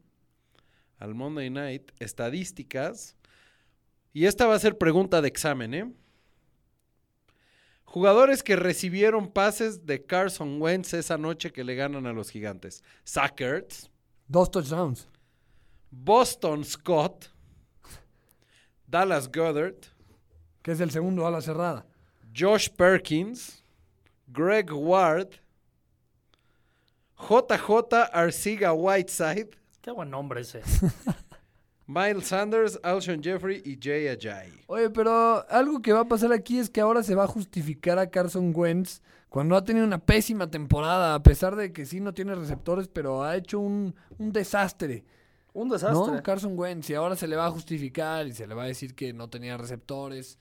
Speaker 1: al Monday Night, estadísticas. Y esta va a ser pregunta de examen, ¿eh? Jugadores que recibieron pases de Carson Wentz esa noche que le ganan a los gigantes. Sackerts,
Speaker 7: Dos touchdowns.
Speaker 1: Boston Scott, Dallas Goddard,
Speaker 7: Que es el segundo ala cerrada.
Speaker 1: Josh Perkins, Greg Ward, JJ Arciga Whiteside,
Speaker 6: qué buen nombre ese.
Speaker 1: Miles Sanders, Alshon Jeffrey y Jay Ajay.
Speaker 7: Oye, pero algo que va a pasar aquí es que ahora se va a justificar a Carson Wentz cuando ha tenido una pésima temporada, a pesar de que sí no tiene receptores, pero ha hecho un, un desastre,
Speaker 6: Un
Speaker 7: ¿no?
Speaker 6: desastre.
Speaker 7: Carson Wentz, y ahora se le va a justificar y se le va a decir que no tenía receptores.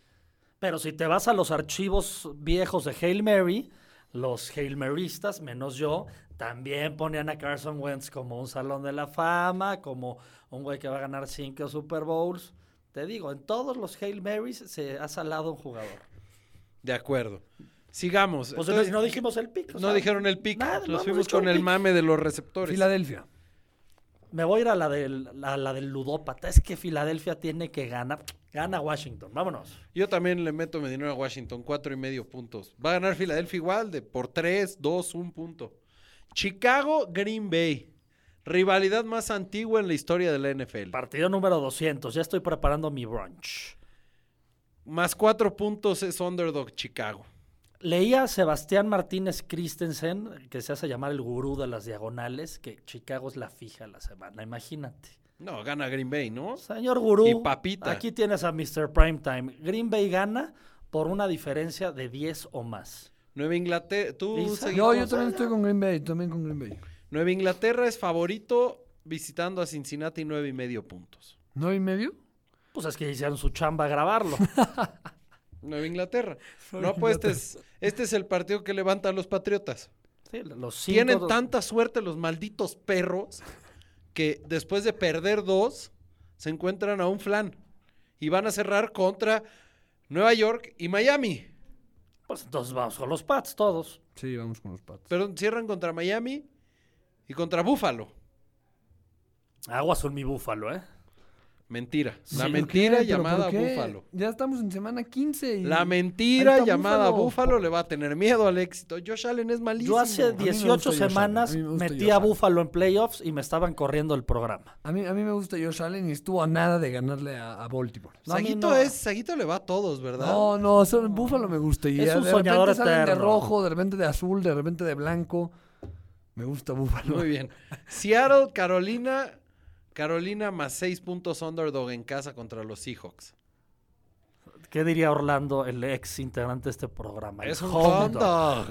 Speaker 6: Pero si te vas a los archivos viejos de Hail Mary, los Hail Marystas, menos yo, también ponían a Carson Wentz como un salón de la fama, como un güey que va a ganar cinco Super Bowls. Te digo, en todos los Hail Marys se ha salado un jugador.
Speaker 1: De acuerdo. Sigamos.
Speaker 6: Pues
Speaker 1: Entonces,
Speaker 6: no dijimos el pick. o
Speaker 1: no
Speaker 6: sea,
Speaker 1: dijeron el pick.
Speaker 6: nada, no
Speaker 1: Nos
Speaker 6: hemos
Speaker 1: fuimos
Speaker 6: dicho
Speaker 1: con
Speaker 6: un
Speaker 1: el
Speaker 6: pick.
Speaker 1: mame de los receptores.
Speaker 7: Filadelfia.
Speaker 6: Me voy a ir a la del, a la del ludópata. Es que Filadelfia tiene que ganar. Gana Washington. Vámonos.
Speaker 1: Yo también le meto mi dinero a Washington, cuatro y medio puntos. Va a ganar Filadelfia igual, de por tres, dos, un punto. Chicago, Green Bay. Rivalidad más antigua en la historia de la NFL.
Speaker 6: Partido número 200. Ya estoy preparando mi brunch.
Speaker 1: Más cuatro puntos es underdog Chicago.
Speaker 6: Leía a Sebastián Martínez Christensen, que se hace llamar el gurú de las diagonales, que Chicago es la fija la semana, imagínate.
Speaker 1: No, gana Green Bay, ¿no?
Speaker 6: Señor gurú,
Speaker 1: Y papita.
Speaker 6: aquí tienes a Mr. Primetime. Green Bay gana por una diferencia de 10 o más.
Speaker 1: Nueva Inglaterra. Tú
Speaker 6: Y-
Speaker 1: seguimos.
Speaker 7: No, yo también estoy con Green Bay, también con Green Bay.
Speaker 1: Nueva Inglaterra es favorito visitando a Cincinnati nueve y medio puntos.
Speaker 7: ¿No y medio?
Speaker 6: Pues es que hicieron su chamba a grabarlo.
Speaker 1: Nueva Inglaterra. No, pues este es, este es el partido que levantan los patriotas.
Speaker 6: Sí, los cinco-
Speaker 1: Tienen tanta suerte los malditos perros que después de perder dos se encuentran a un flan y van a cerrar contra Nueva York y Miami.
Speaker 6: Pues entonces vamos con los Pats todos.
Speaker 7: Sí, vamos con los Pats.
Speaker 1: Pero cierran contra Miami y contra Búfalo.
Speaker 6: Aguas son mi búfalo, ¿eh?
Speaker 1: Mentira. La
Speaker 7: ¿Por
Speaker 1: mentira
Speaker 7: qué? ¿Pero
Speaker 1: llamada
Speaker 7: por qué?
Speaker 1: Búfalo.
Speaker 7: Ya estamos en semana 15 y...
Speaker 1: La
Speaker 7: Ahí
Speaker 1: mentira
Speaker 7: está
Speaker 1: llamada
Speaker 7: Búfalo.
Speaker 1: Búfalo le va a tener miedo al éxito. Josh Allen es malísimo.
Speaker 6: Yo hace
Speaker 7: me gusta
Speaker 6: 18
Speaker 7: Josh Allen,
Speaker 6: semanas
Speaker 7: a mí me gusta
Speaker 6: metí
Speaker 7: Josh
Speaker 6: a
Speaker 7: Allen.
Speaker 6: Búfalo en playoffs y me estaban corriendo el programa.
Speaker 7: A mí, a mí me gusta Josh Allen y estuvo a nada de ganarle a, a Baltimore.
Speaker 6: No, a mí
Speaker 1: Saguito
Speaker 6: no.
Speaker 1: es, Saguito le va a todos, ¿verdad?
Speaker 7: No, no, son- Búfalo me gusta. Y
Speaker 6: Es
Speaker 7: ya
Speaker 6: un
Speaker 7: de
Speaker 6: soñador
Speaker 7: repente salen de
Speaker 6: eterno.
Speaker 7: rojo, de repente de azul, de repente de blanco. Me gusta Búfalo.
Speaker 1: Muy bien. Seattle, Carolina. Carolina más seis puntos underdog en casa contra los Seahawks.
Speaker 6: ¿Qué diría Orlando, el ex integrante de este programa? El
Speaker 1: Es un
Speaker 6: home
Speaker 1: hot
Speaker 6: dog.
Speaker 1: dog.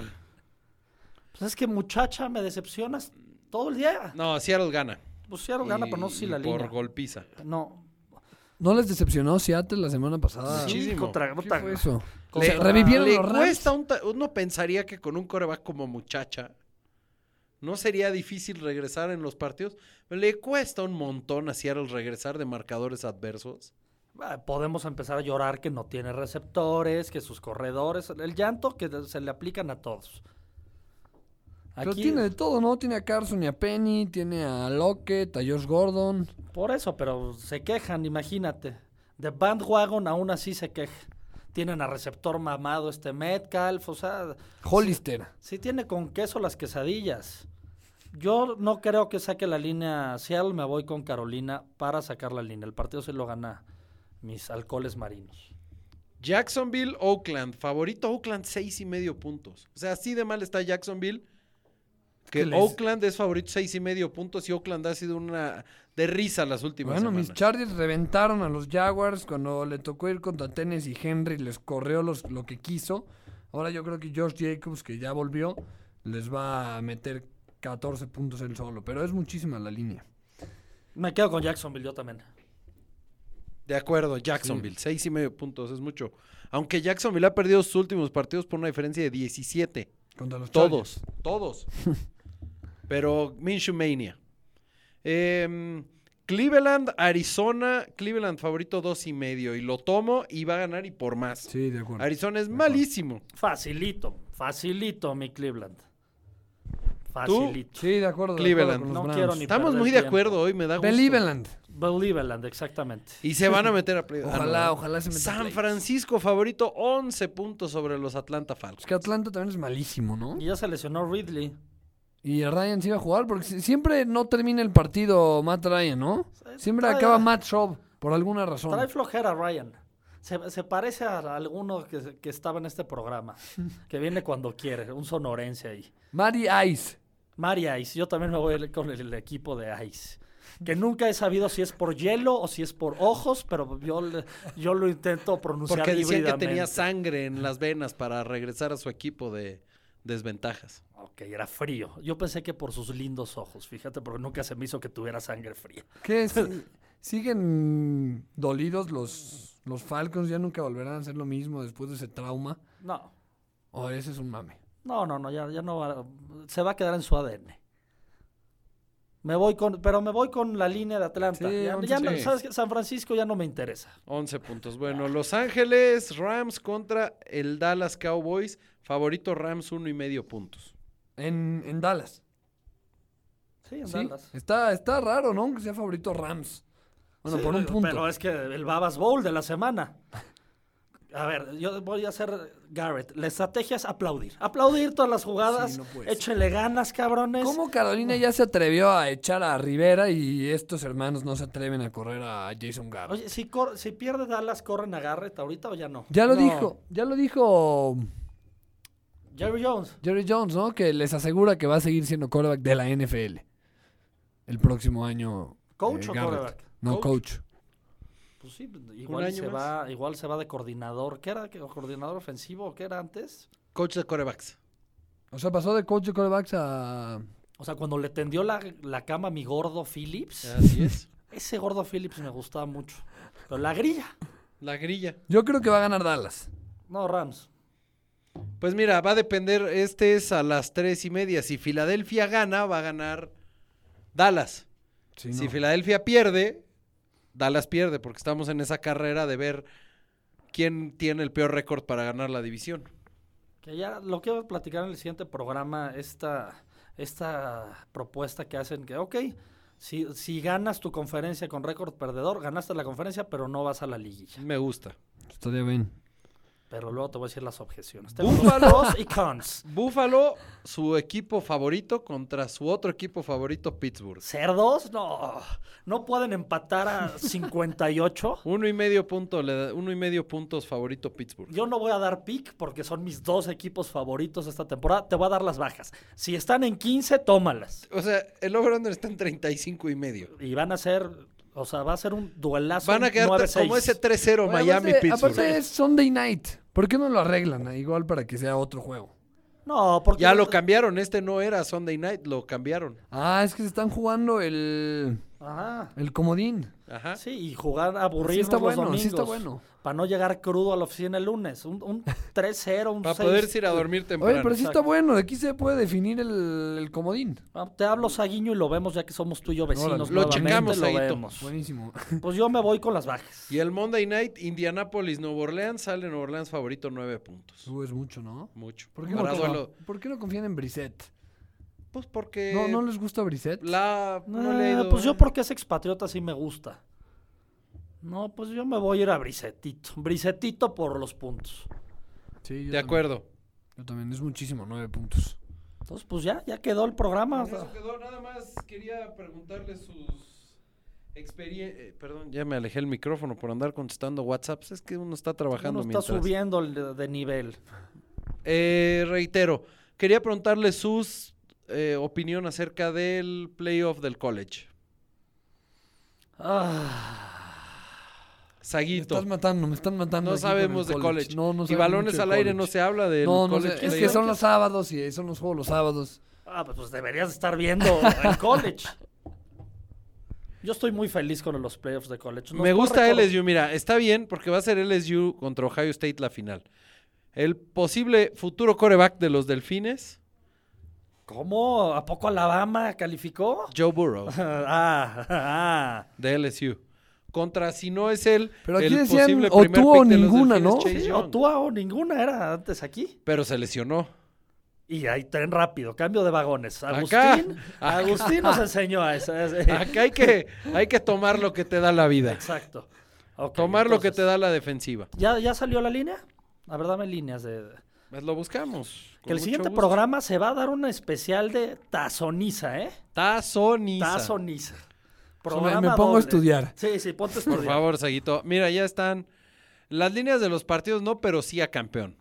Speaker 6: Pues es que muchacha, me decepcionas todo el día.
Speaker 1: No, Seattle gana.
Speaker 6: Pusieron gana, pero no sé si
Speaker 1: Y-
Speaker 6: la
Speaker 1: y por
Speaker 6: línea.
Speaker 1: golpiza.
Speaker 6: No.
Speaker 7: ¿No les decepcionó Seattle la semana pasada?
Speaker 1: Sí. Muchísimo.
Speaker 6: Contra,
Speaker 7: ¿Qué
Speaker 6: contra-
Speaker 7: fue eso?
Speaker 1: Le-
Speaker 7: Se revivieron
Speaker 1: le
Speaker 7: los Rams.
Speaker 1: cuesta un ta- uno pensaría que con un coreback como muchacha no sería difícil regresar en los partidos. Le cuesta un montón a Seattle regresar de marcadores adversos.
Speaker 6: Ah, Podemos empezar a llorar que no tiene receptores, que sus corredores, el llanto que se le aplican a todos.
Speaker 7: Pero
Speaker 6: Aquí-
Speaker 7: tiene de todo, ¿no? Tiene a Carson y a Penny, tiene a Lockett, a Josh Gordon.
Speaker 6: Por eso, pero se quejan, imagínate. De bandwagon aún así se queja. Tienen a receptor mamado este Metcalf, o sea,
Speaker 7: Hollister.
Speaker 6: sí tiene con queso las quesadillas. Yo no creo que saque la línea Seattle, me voy con Carolina para sacar la línea. El partido se lo gana mis alcoholes marinos.
Speaker 1: Jacksonville, Oakland. Favorito Oakland, seis y medio puntos. O sea, así de mal está Jacksonville. Que
Speaker 7: que les-
Speaker 1: Oakland es favorito seis y medio puntos y Oakland ha sido una de risa las últimas
Speaker 7: Bueno, mis
Speaker 1: semanas.
Speaker 7: Chargers reventaron a los Jaguars cuando le tocó ir contra Tennessee y Henry les corrió los, lo que quiso. Ahora yo creo que Josh Jacobs, que ya volvió, les va a meter 14 puntos él solo, pero es muchísima la línea.
Speaker 6: Me quedo con Jacksonville, yo también.
Speaker 1: De acuerdo, Jacksonville, seis y medio puntos, es mucho. Aunque Jacksonville ha perdido sus últimos partidos por una diferencia de 17.
Speaker 7: Contra los
Speaker 1: Todos, todos. Pero Minshew Mania. Em, Cleveland, Arizona, Cleveland favorito dos y medio. Y lo tomo y va a ganar y por más.
Speaker 7: Chargers. Sí, de acuerdo.
Speaker 1: Arizona es malísimo.
Speaker 6: Facilito, facilito mi Cleveland. Facilito.
Speaker 7: Sí, de acuerdo. de
Speaker 1: Cleveland.
Speaker 7: acuerdo con los
Speaker 6: No
Speaker 7: Browns.
Speaker 6: quiero ni-
Speaker 1: Estamos
Speaker 6: perder
Speaker 1: muy de
Speaker 6: tiempo.
Speaker 1: acuerdo hoy, me da gusto.
Speaker 7: Believeland.
Speaker 6: Believeland, exactamente.
Speaker 1: Y se van a meter a play- Ah,
Speaker 7: Ojalá,
Speaker 1: no.
Speaker 7: ojalá se meta.
Speaker 1: San
Speaker 7: playoffs.
Speaker 1: Francisco favorito 11 puntos sobre los Atlanta Falcons.
Speaker 7: Es que Atlanta también es malísimo, ¿no?
Speaker 6: Y ya se lesionó Ridley.
Speaker 7: Y Ryan se iba a jugar porque si- siempre no termina el partido Matt Ryan, ¿no? Siempre
Speaker 6: trae-
Speaker 7: acaba Matt Schaub por alguna razón.
Speaker 6: Trae flojera Ryan. Se, se parece a alguno que, que estaba en este programa, que viene cuando quiere, un sonorense ahí.
Speaker 7: Mary Ice.
Speaker 6: Mari Ice, yo también me voy el- con el, el equipo de Ice. Que nunca he sabido si es por hielo o si es por ojos, pero yo, le- yo lo intento pronunciar
Speaker 1: Porque decían que tenía
Speaker 6: híbridamente.
Speaker 1: sangre en las venas para regresar a su equipo de desventajas.
Speaker 6: Ok, era frío. Yo pensé que por sus lindos ojos, fíjate, porque nunca se me hizo que tuviera sangre fría.
Speaker 7: ¿Qué es? ¿Siguen dolidos los, los Falcons? ¿Ya nunca volverán a hacer lo mismo después de ese trauma?
Speaker 6: No,
Speaker 7: ¿O ese es un mame?
Speaker 6: no, no, no ya, ya no va. Se va a quedar en su ADN. Me voy con, pero me voy con la línea de Atlanta.
Speaker 7: Sí,
Speaker 6: Ya-
Speaker 7: once
Speaker 6: ya no-
Speaker 1: tres.
Speaker 6: ¿sabes qué? San Francisco ya no me interesa.
Speaker 1: 11 puntos. Bueno, Los Ángeles, Rams contra el Dallas Cowboys. Favorito Rams, uno y medio puntos.
Speaker 7: En, en Dallas.
Speaker 6: Sí, en
Speaker 7: ¿sí?
Speaker 6: Dallas.
Speaker 7: Está, está raro, ¿no? Que sea favorito Rams. Bueno,
Speaker 6: Sí,
Speaker 7: por un
Speaker 6: pero-
Speaker 7: punto.
Speaker 6: Pero es que el Babas Bowl de la semana. A ver, yo voy a hacer Garrett. La estrategia es aplaudir. Aplaudir todas las jugadas.
Speaker 7: no puede ser.
Speaker 6: Échenle ganas, cabrones.
Speaker 7: ¿Cómo Carolina ya se atrevió a echar a Rivera y estos hermanos no se atreven a correr a Jason Garrett?
Speaker 6: Oye, si, cor- si pierde Dallas, ¿corren a Garrett ahorita o ya no?
Speaker 7: Ya lo
Speaker 6: No.
Speaker 7: dijo, ya lo dijo
Speaker 6: Jerry Jones.
Speaker 7: Jerry Jones, ¿no? Que les asegura que va a seguir siendo quarterback de la NFL el próximo año. eh,
Speaker 6: ¿Coach o
Speaker 7: Garrett.
Speaker 6: quarterback?
Speaker 7: No, coach.
Speaker 6: Pues sí, igual
Speaker 1: año
Speaker 6: se,
Speaker 1: más.
Speaker 6: va, igual se va de coordinador. ¿Qué era? ¿Qué- ¿Coordinador ofensivo? ¿Qué era antes?
Speaker 1: Coach de corebacks.
Speaker 7: O sea, pasó de coach de quarterbacks a...
Speaker 6: O sea, cuando le tendió la, la cama a mi gordo Phillips.
Speaker 1: Así es.
Speaker 6: Ese gordo Phillips me gustaba mucho. Pero la grilla.
Speaker 1: La grilla.
Speaker 7: Yo creo que va a ganar Dallas.
Speaker 6: No, Rams.
Speaker 1: Pues mira, va a depender. Este es a las tres y media. Si Filadelfia gana, va a ganar Dallas.
Speaker 7: Sí,
Speaker 1: Si Filadelfia pierde, Dallas pierde, porque estamos en esa carrera de ver quién tiene el peor récord para ganar la división.
Speaker 6: Que ya lo quiero platicar en el siguiente programa, esta, esta propuesta que hacen, que ok, si, si ganas tu conferencia con récord perdedor, ganaste la conferencia, pero no vas a la liguilla.
Speaker 1: Me gusta.
Speaker 7: Estaría bien.
Speaker 6: Pero luego te voy a decir las objeciones. Tengo los
Speaker 1: Búfalo,
Speaker 6: pros y cons.
Speaker 1: Búfalo, su equipo favorito contra su otro equipo favorito, Pittsburgh.
Speaker 6: ¿Cerdos? No. No pueden empatar a 58.
Speaker 1: Uno y medio punto, le da- uno y medio puntos favorito Pittsburgh.
Speaker 6: Yo no voy a dar pick porque son mis dos equipos favoritos esta temporada. Te voy a dar las bajas. Si están en 15, tómalas.
Speaker 1: O sea, el over under está en 35 y medio.
Speaker 6: Y van a ser, o sea, va a ser un duelazo.
Speaker 1: Van a quedar tre-
Speaker 6: 9-6.
Speaker 1: como ese 3-0 Miami
Speaker 7: aparte,
Speaker 1: Pittsburgh.
Speaker 7: aparte es Sunday night. ¿Por qué no lo arreglan? eh? Igual para que sea otro juego.
Speaker 6: No, porque.
Speaker 1: Ya lo cambiaron, este no era Sunday Night, lo cambiaron.
Speaker 7: Ah, es que se están jugando el,
Speaker 6: Ajá.
Speaker 7: el comodín.
Speaker 1: Ajá.
Speaker 6: Sí, y jugar aburrido
Speaker 7: Sí está
Speaker 6: los
Speaker 7: bueno,
Speaker 6: domingos.
Speaker 7: sí está bueno.
Speaker 6: Para no llegar crudo a la oficina el lunes. Un, un 3-0, un
Speaker 1: Para
Speaker 6: 6.
Speaker 1: poder ir a dormir temprano.
Speaker 7: Oye, pero sí está
Speaker 6: Exacto.
Speaker 7: bueno. Aquí se puede definir el, el comodín.
Speaker 6: Ah, Te hablo, Saguiño, y lo vemos ya que somos tú y yo vecinos.
Speaker 1: Lo
Speaker 6: nuevamente,
Speaker 1: checamos,
Speaker 6: lo
Speaker 1: Saguito.
Speaker 6: vemos.
Speaker 7: Buenísimo.
Speaker 6: Pues yo me voy con las bajas.
Speaker 1: Y el Monday Night, Indianapolis, Nueva Orleans, sale Nueva Orleans favorito 9 puntos.
Speaker 7: Subes mucho, ¿no?
Speaker 1: Mucho.
Speaker 7: ¿Por qué, no,
Speaker 1: Para duelo-
Speaker 7: confían- ¿Por qué no confían en Brissett?
Speaker 1: Pues porque
Speaker 7: ¿No, ¿No les gusta Brissett?
Speaker 1: la no le ha
Speaker 6: Eh,
Speaker 1: ido-
Speaker 6: pues yo porque es expatriota sí me gusta. No, pues yo me voy a ir a Bricetito. Bricetito por los puntos.
Speaker 7: Sí, yo
Speaker 1: De
Speaker 7: también.
Speaker 1: acuerdo.
Speaker 7: Yo también. Es muchísimo, nueve puntos.
Speaker 6: Entonces, pues ya, ya quedó el programa.
Speaker 1: Con eso quedó, nada más quería preguntarle sus experiencias. perdón, ya me alejé el micrófono por andar contestando WhatsApps. Es que uno está trabajando
Speaker 6: Uno está
Speaker 1: mientras.
Speaker 6: subiendo el de, de nivel.
Speaker 1: Eh, reitero, quería preguntarle sus eh, opinión acerca del playoff del college.
Speaker 6: Ah,
Speaker 7: Me
Speaker 1: Saguito.
Speaker 7: estás matando, me están matando.
Speaker 1: No
Speaker 7: aquí con el
Speaker 1: sabemos de college.
Speaker 7: No, no
Speaker 1: y
Speaker 7: sabemos
Speaker 1: balones
Speaker 7: mucho de
Speaker 1: al aire no
Speaker 7: college.
Speaker 1: se habla del
Speaker 7: No, no
Speaker 1: college
Speaker 7: sé. Es
Speaker 1: playoff.
Speaker 7: que son los sábados y son los juegos los sábados.
Speaker 6: ah, pues deberías estar viendo el college. Yo estoy muy feliz con los playoffs de college. Nos
Speaker 1: Me
Speaker 6: va a
Speaker 1: gusta eh,
Speaker 6: recordar-
Speaker 1: LSU, mira, está bien porque va a ser LSU contra Ohio State la final. El posible futuro coreback de los delfines,
Speaker 6: ¿Cómo? ¿A poco Alabama calificó?
Speaker 1: Joe Burrow,
Speaker 6: ah, ah.
Speaker 1: de LSU. Contra si no es él,
Speaker 7: Pero aquí
Speaker 1: el
Speaker 7: decían
Speaker 1: posible
Speaker 7: o
Speaker 1: primer
Speaker 7: tú
Speaker 1: pick
Speaker 7: o
Speaker 1: de los
Speaker 7: ninguna,
Speaker 1: delfines,
Speaker 7: ¿no?
Speaker 1: Chase
Speaker 6: Sí,
Speaker 1: Young.
Speaker 6: o tú o ninguna era antes aquí.
Speaker 1: Pero se lesionó.
Speaker 6: Y ahí tren rápido, cambio de vagones.
Speaker 1: Acá.
Speaker 6: Agustín,
Speaker 1: Acá.
Speaker 6: Agustín nos enseñó a eso. es-
Speaker 1: Acá hay que, hay que tomar lo que te da la vida.
Speaker 6: Exacto. Ok,
Speaker 1: Tomar lo que te
Speaker 6: entonces,
Speaker 1: da la defensiva.
Speaker 6: ¿Ya, ¿Ya salió la línea? La verdad, me líneas de.
Speaker 1: Pues lo buscamos.
Speaker 6: que el siguiente programa se va a dar una especial de Tazoniza, ¿eh?
Speaker 1: Tazoniza.
Speaker 6: Tazoniza.
Speaker 7: me- me pongo a estudiar.
Speaker 6: Sí, sí, ponte a estudiar.
Speaker 1: Por favor, Saguito. Mira, ya están las líneas de los partidos, no, pero sí a campeón.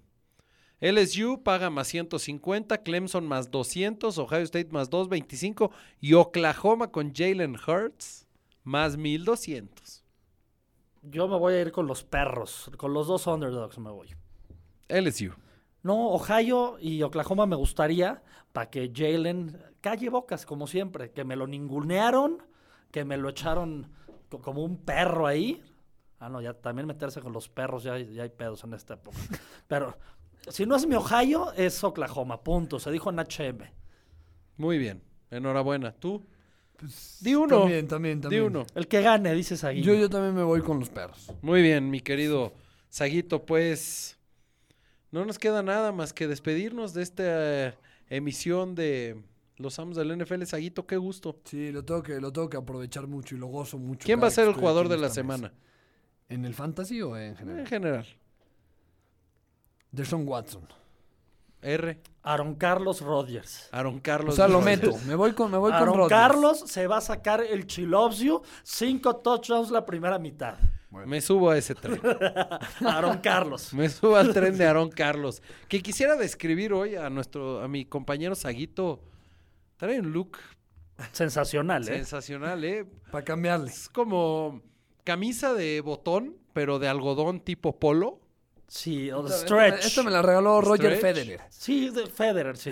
Speaker 1: LSU paga más 150, Clemson más 200, Ohio State más 225 y Oklahoma con Jalen Hurts más 1200.
Speaker 6: Yo me voy a ir con los perros, con los dos underdogs me voy.
Speaker 1: LSU.
Speaker 6: No, Ohio y Oklahoma me gustaría para que Jalen calle bocas, como siempre, que me lo ningunearon, que me lo echaron co- como un perro ahí. Ah, no, ya también meterse con los perros, ya, hay- ya hay pedos en esta época. Pero si no es mi Ohio, es Oklahoma, punto. Se dijo en HM.
Speaker 1: Muy bien. Enhorabuena. ¿Tú? Di uno.
Speaker 7: Pues, También, también,
Speaker 1: Di
Speaker 7: también.
Speaker 1: uno.
Speaker 6: El que gane, dices ahí.
Speaker 7: Yo, yo también me voy con los perros.
Speaker 1: Muy bien, mi querido Saguito, pues no nos queda nada más que despedirnos de esta eh, emisión de Los Amos del NFL. Saguito, qué gusto.
Speaker 7: Sí, lo tengo que, lo tengo que aprovechar mucho y lo gozo mucho.
Speaker 1: ¿Quién
Speaker 7: cada
Speaker 1: va a
Speaker 7: que
Speaker 1: ser el
Speaker 7: estoy
Speaker 1: jugador
Speaker 7: aquí
Speaker 1: de
Speaker 7: en
Speaker 1: la
Speaker 7: esta mesa.
Speaker 1: semana? Eh.
Speaker 7: ¿En el fantasy o en
Speaker 1: En
Speaker 7: general?
Speaker 1: general.
Speaker 7: Derson Watson.
Speaker 1: R.
Speaker 6: Aaron Carlos Rodgers.
Speaker 1: Aaron
Speaker 7: O
Speaker 1: Carlos.
Speaker 7: sea, lo
Speaker 1: Rodgers.
Speaker 7: meto. Me voy con, me voy con
Speaker 6: Aaron
Speaker 7: Rodgers.
Speaker 6: Carlos se va a sacar el Chilopsio, cinco touchdowns la primera mitad.
Speaker 1: Me subo a ese tren.
Speaker 6: Aaron Carlos.
Speaker 1: Me subo al tren de Aaron Carlos. Que quisiera describir hoy a nuestro, a mi compañero Saguito. Trae un look
Speaker 6: Sensacional, ¿eh?
Speaker 1: sensacional, ¿eh?
Speaker 7: Para cambiarles.
Speaker 1: Es como camisa de botón, pero de algodón tipo polo.
Speaker 6: Sí, o de
Speaker 7: Esta,
Speaker 6: Stretch.
Speaker 7: me la regaló Roger
Speaker 1: Stretch.
Speaker 7: Federer.
Speaker 6: Sí, de Federer, sí.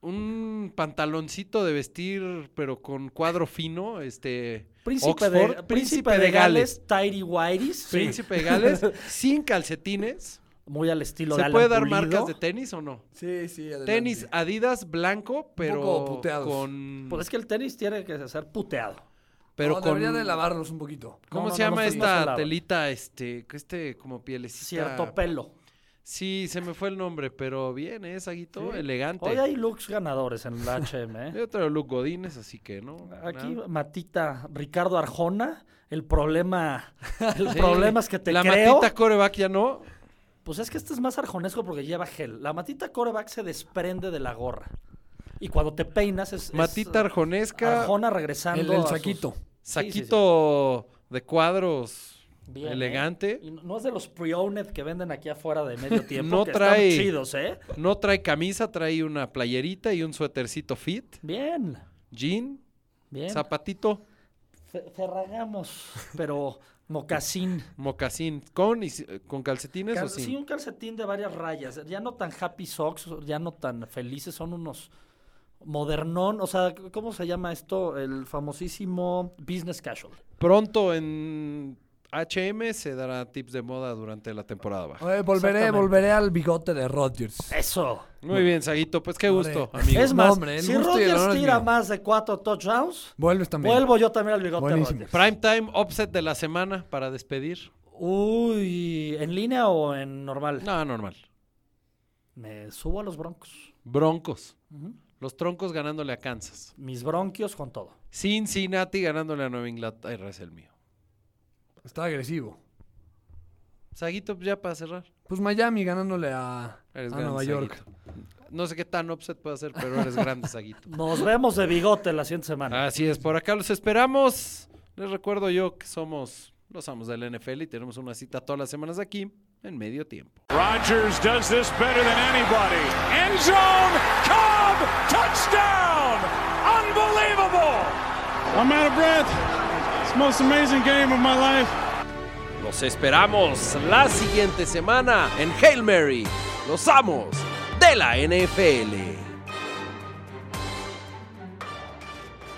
Speaker 1: un pantaloncito de vestir, pero con cuadro fino, este.
Speaker 6: Príncipe, de,
Speaker 1: Oxford,
Speaker 6: Príncipe, de Gales, Tidy Whiteys. sí.
Speaker 1: Príncipe de Gales, sin calcetines.
Speaker 6: Muy al estilo
Speaker 1: ¿Se
Speaker 6: de Alan
Speaker 1: puede dar
Speaker 6: Pulido.
Speaker 1: marcas de tenis o no?
Speaker 7: Sí, sí, adelante.
Speaker 1: Tenis Adidas blanco, pero
Speaker 7: poco puteados.
Speaker 1: con.
Speaker 6: Pues es que el tenis tiene que ser puteado.
Speaker 1: Pero
Speaker 7: No,
Speaker 1: con.
Speaker 7: debería de lavarlos un poquito.
Speaker 1: ¿Cómo
Speaker 6: No, no,
Speaker 1: se
Speaker 6: no,
Speaker 1: llama
Speaker 6: no se- no se
Speaker 1: esta
Speaker 6: lava.
Speaker 1: telita? Este, que este como pielecita.
Speaker 6: Cierto pelo.
Speaker 1: Sí, se me fue el nombre, pero bien, ¿eh, Saguito?
Speaker 6: Sí.
Speaker 1: Elegante.
Speaker 6: Hoy hay looks ganadores en la HM, ¿eh?
Speaker 1: Yo traigo Luke Godínez, así que no.
Speaker 6: Aquí
Speaker 1: nada.
Speaker 6: Matita, Ricardo Arjona, el problema, el
Speaker 1: Sí.
Speaker 6: problema es que te
Speaker 1: La
Speaker 6: creo.
Speaker 1: matita coreback ya no.
Speaker 6: Pues es que este es más arjonesco porque lleva gel. La matita coreback se desprende de la gorra. Y cuando te peinas es... es,
Speaker 1: Matita
Speaker 6: eh,
Speaker 1: arjonesca.
Speaker 6: Arjona regresando
Speaker 7: El, el
Speaker 6: a sus-
Speaker 7: saquito.
Speaker 6: Sí, sí, sí.
Speaker 1: Saquito de cuadros
Speaker 6: Bien, ¿eh?
Speaker 1: elegante.
Speaker 6: Y no es de los pre-owned que venden aquí afuera de medio tiempo.
Speaker 1: No
Speaker 6: que
Speaker 1: trae-
Speaker 6: Están chidos, ¿eh?
Speaker 1: No trae camisa, trae una playerita y un suétercito fit.
Speaker 6: Bien,
Speaker 1: Jean,
Speaker 6: bien.
Speaker 1: zapatito,
Speaker 6: Fe- Ferragamos, pero mocasín.
Speaker 1: mocasín. ¿Con, y si- con calcetines
Speaker 6: Cal-
Speaker 1: o sin?
Speaker 6: sí, un calcetín de varias rayas. Ya no tan happy socks, ya no tan felices, son unos modernón. O sea, ¿cómo se llama esto? El famosísimo business casual.
Speaker 1: Pronto en HM se dará tips de moda durante la temporada baja.
Speaker 7: Oye, Eh, volveré,
Speaker 6: Exactamente.
Speaker 7: volveré al bigote de Rodgers.
Speaker 6: Eso.
Speaker 1: Muy bien, Saguito. Pues qué gusto,
Speaker 7: Hombre.
Speaker 1: amigo.
Speaker 6: Es
Speaker 7: No,
Speaker 6: más,
Speaker 7: hombre, el
Speaker 6: si
Speaker 7: gusto y el honor
Speaker 6: Rodgers
Speaker 7: es
Speaker 6: tira
Speaker 7: mío.
Speaker 6: más de cuatro touchdowns,
Speaker 7: Vuelves también.
Speaker 6: vuelvo yo también al bigote de
Speaker 7: Buenísimo.
Speaker 6: Rodgers.
Speaker 1: Prime time offset de la semana para despedir.
Speaker 6: Uy, ¿en línea o en normal?
Speaker 1: No, normal.
Speaker 6: Me subo a los broncos.
Speaker 1: Broncos. Los troncos ganándole a Kansas.
Speaker 6: Mis bronquios con todo.
Speaker 1: Cincinnati ganándole a Nueva Inglaterra es el mío.
Speaker 7: Está agresivo.
Speaker 1: Saguito, ya para cerrar.
Speaker 7: Pues Miami ganándole a,
Speaker 1: Eres
Speaker 7: a
Speaker 1: grande,
Speaker 7: Nueva York.
Speaker 1: Saguito. No sé qué tan offset puede ser, pero eres grande, Saguito.
Speaker 6: Nos vemos de bigote la siguiente semana.
Speaker 1: Así es, por acá los esperamos. Les recuerdo yo que somos los amos del NFL y tenemos una cita todas las semanas aquí en medio tiempo.
Speaker 2: Rodgers does this better than anybody. End zone, Cobb, touchdown! Unbelievable! I'm out of breath. It's the most amazing game of my life.
Speaker 1: Los esperamos la siguiente semana en Hail Mary. Los amos de la NFL.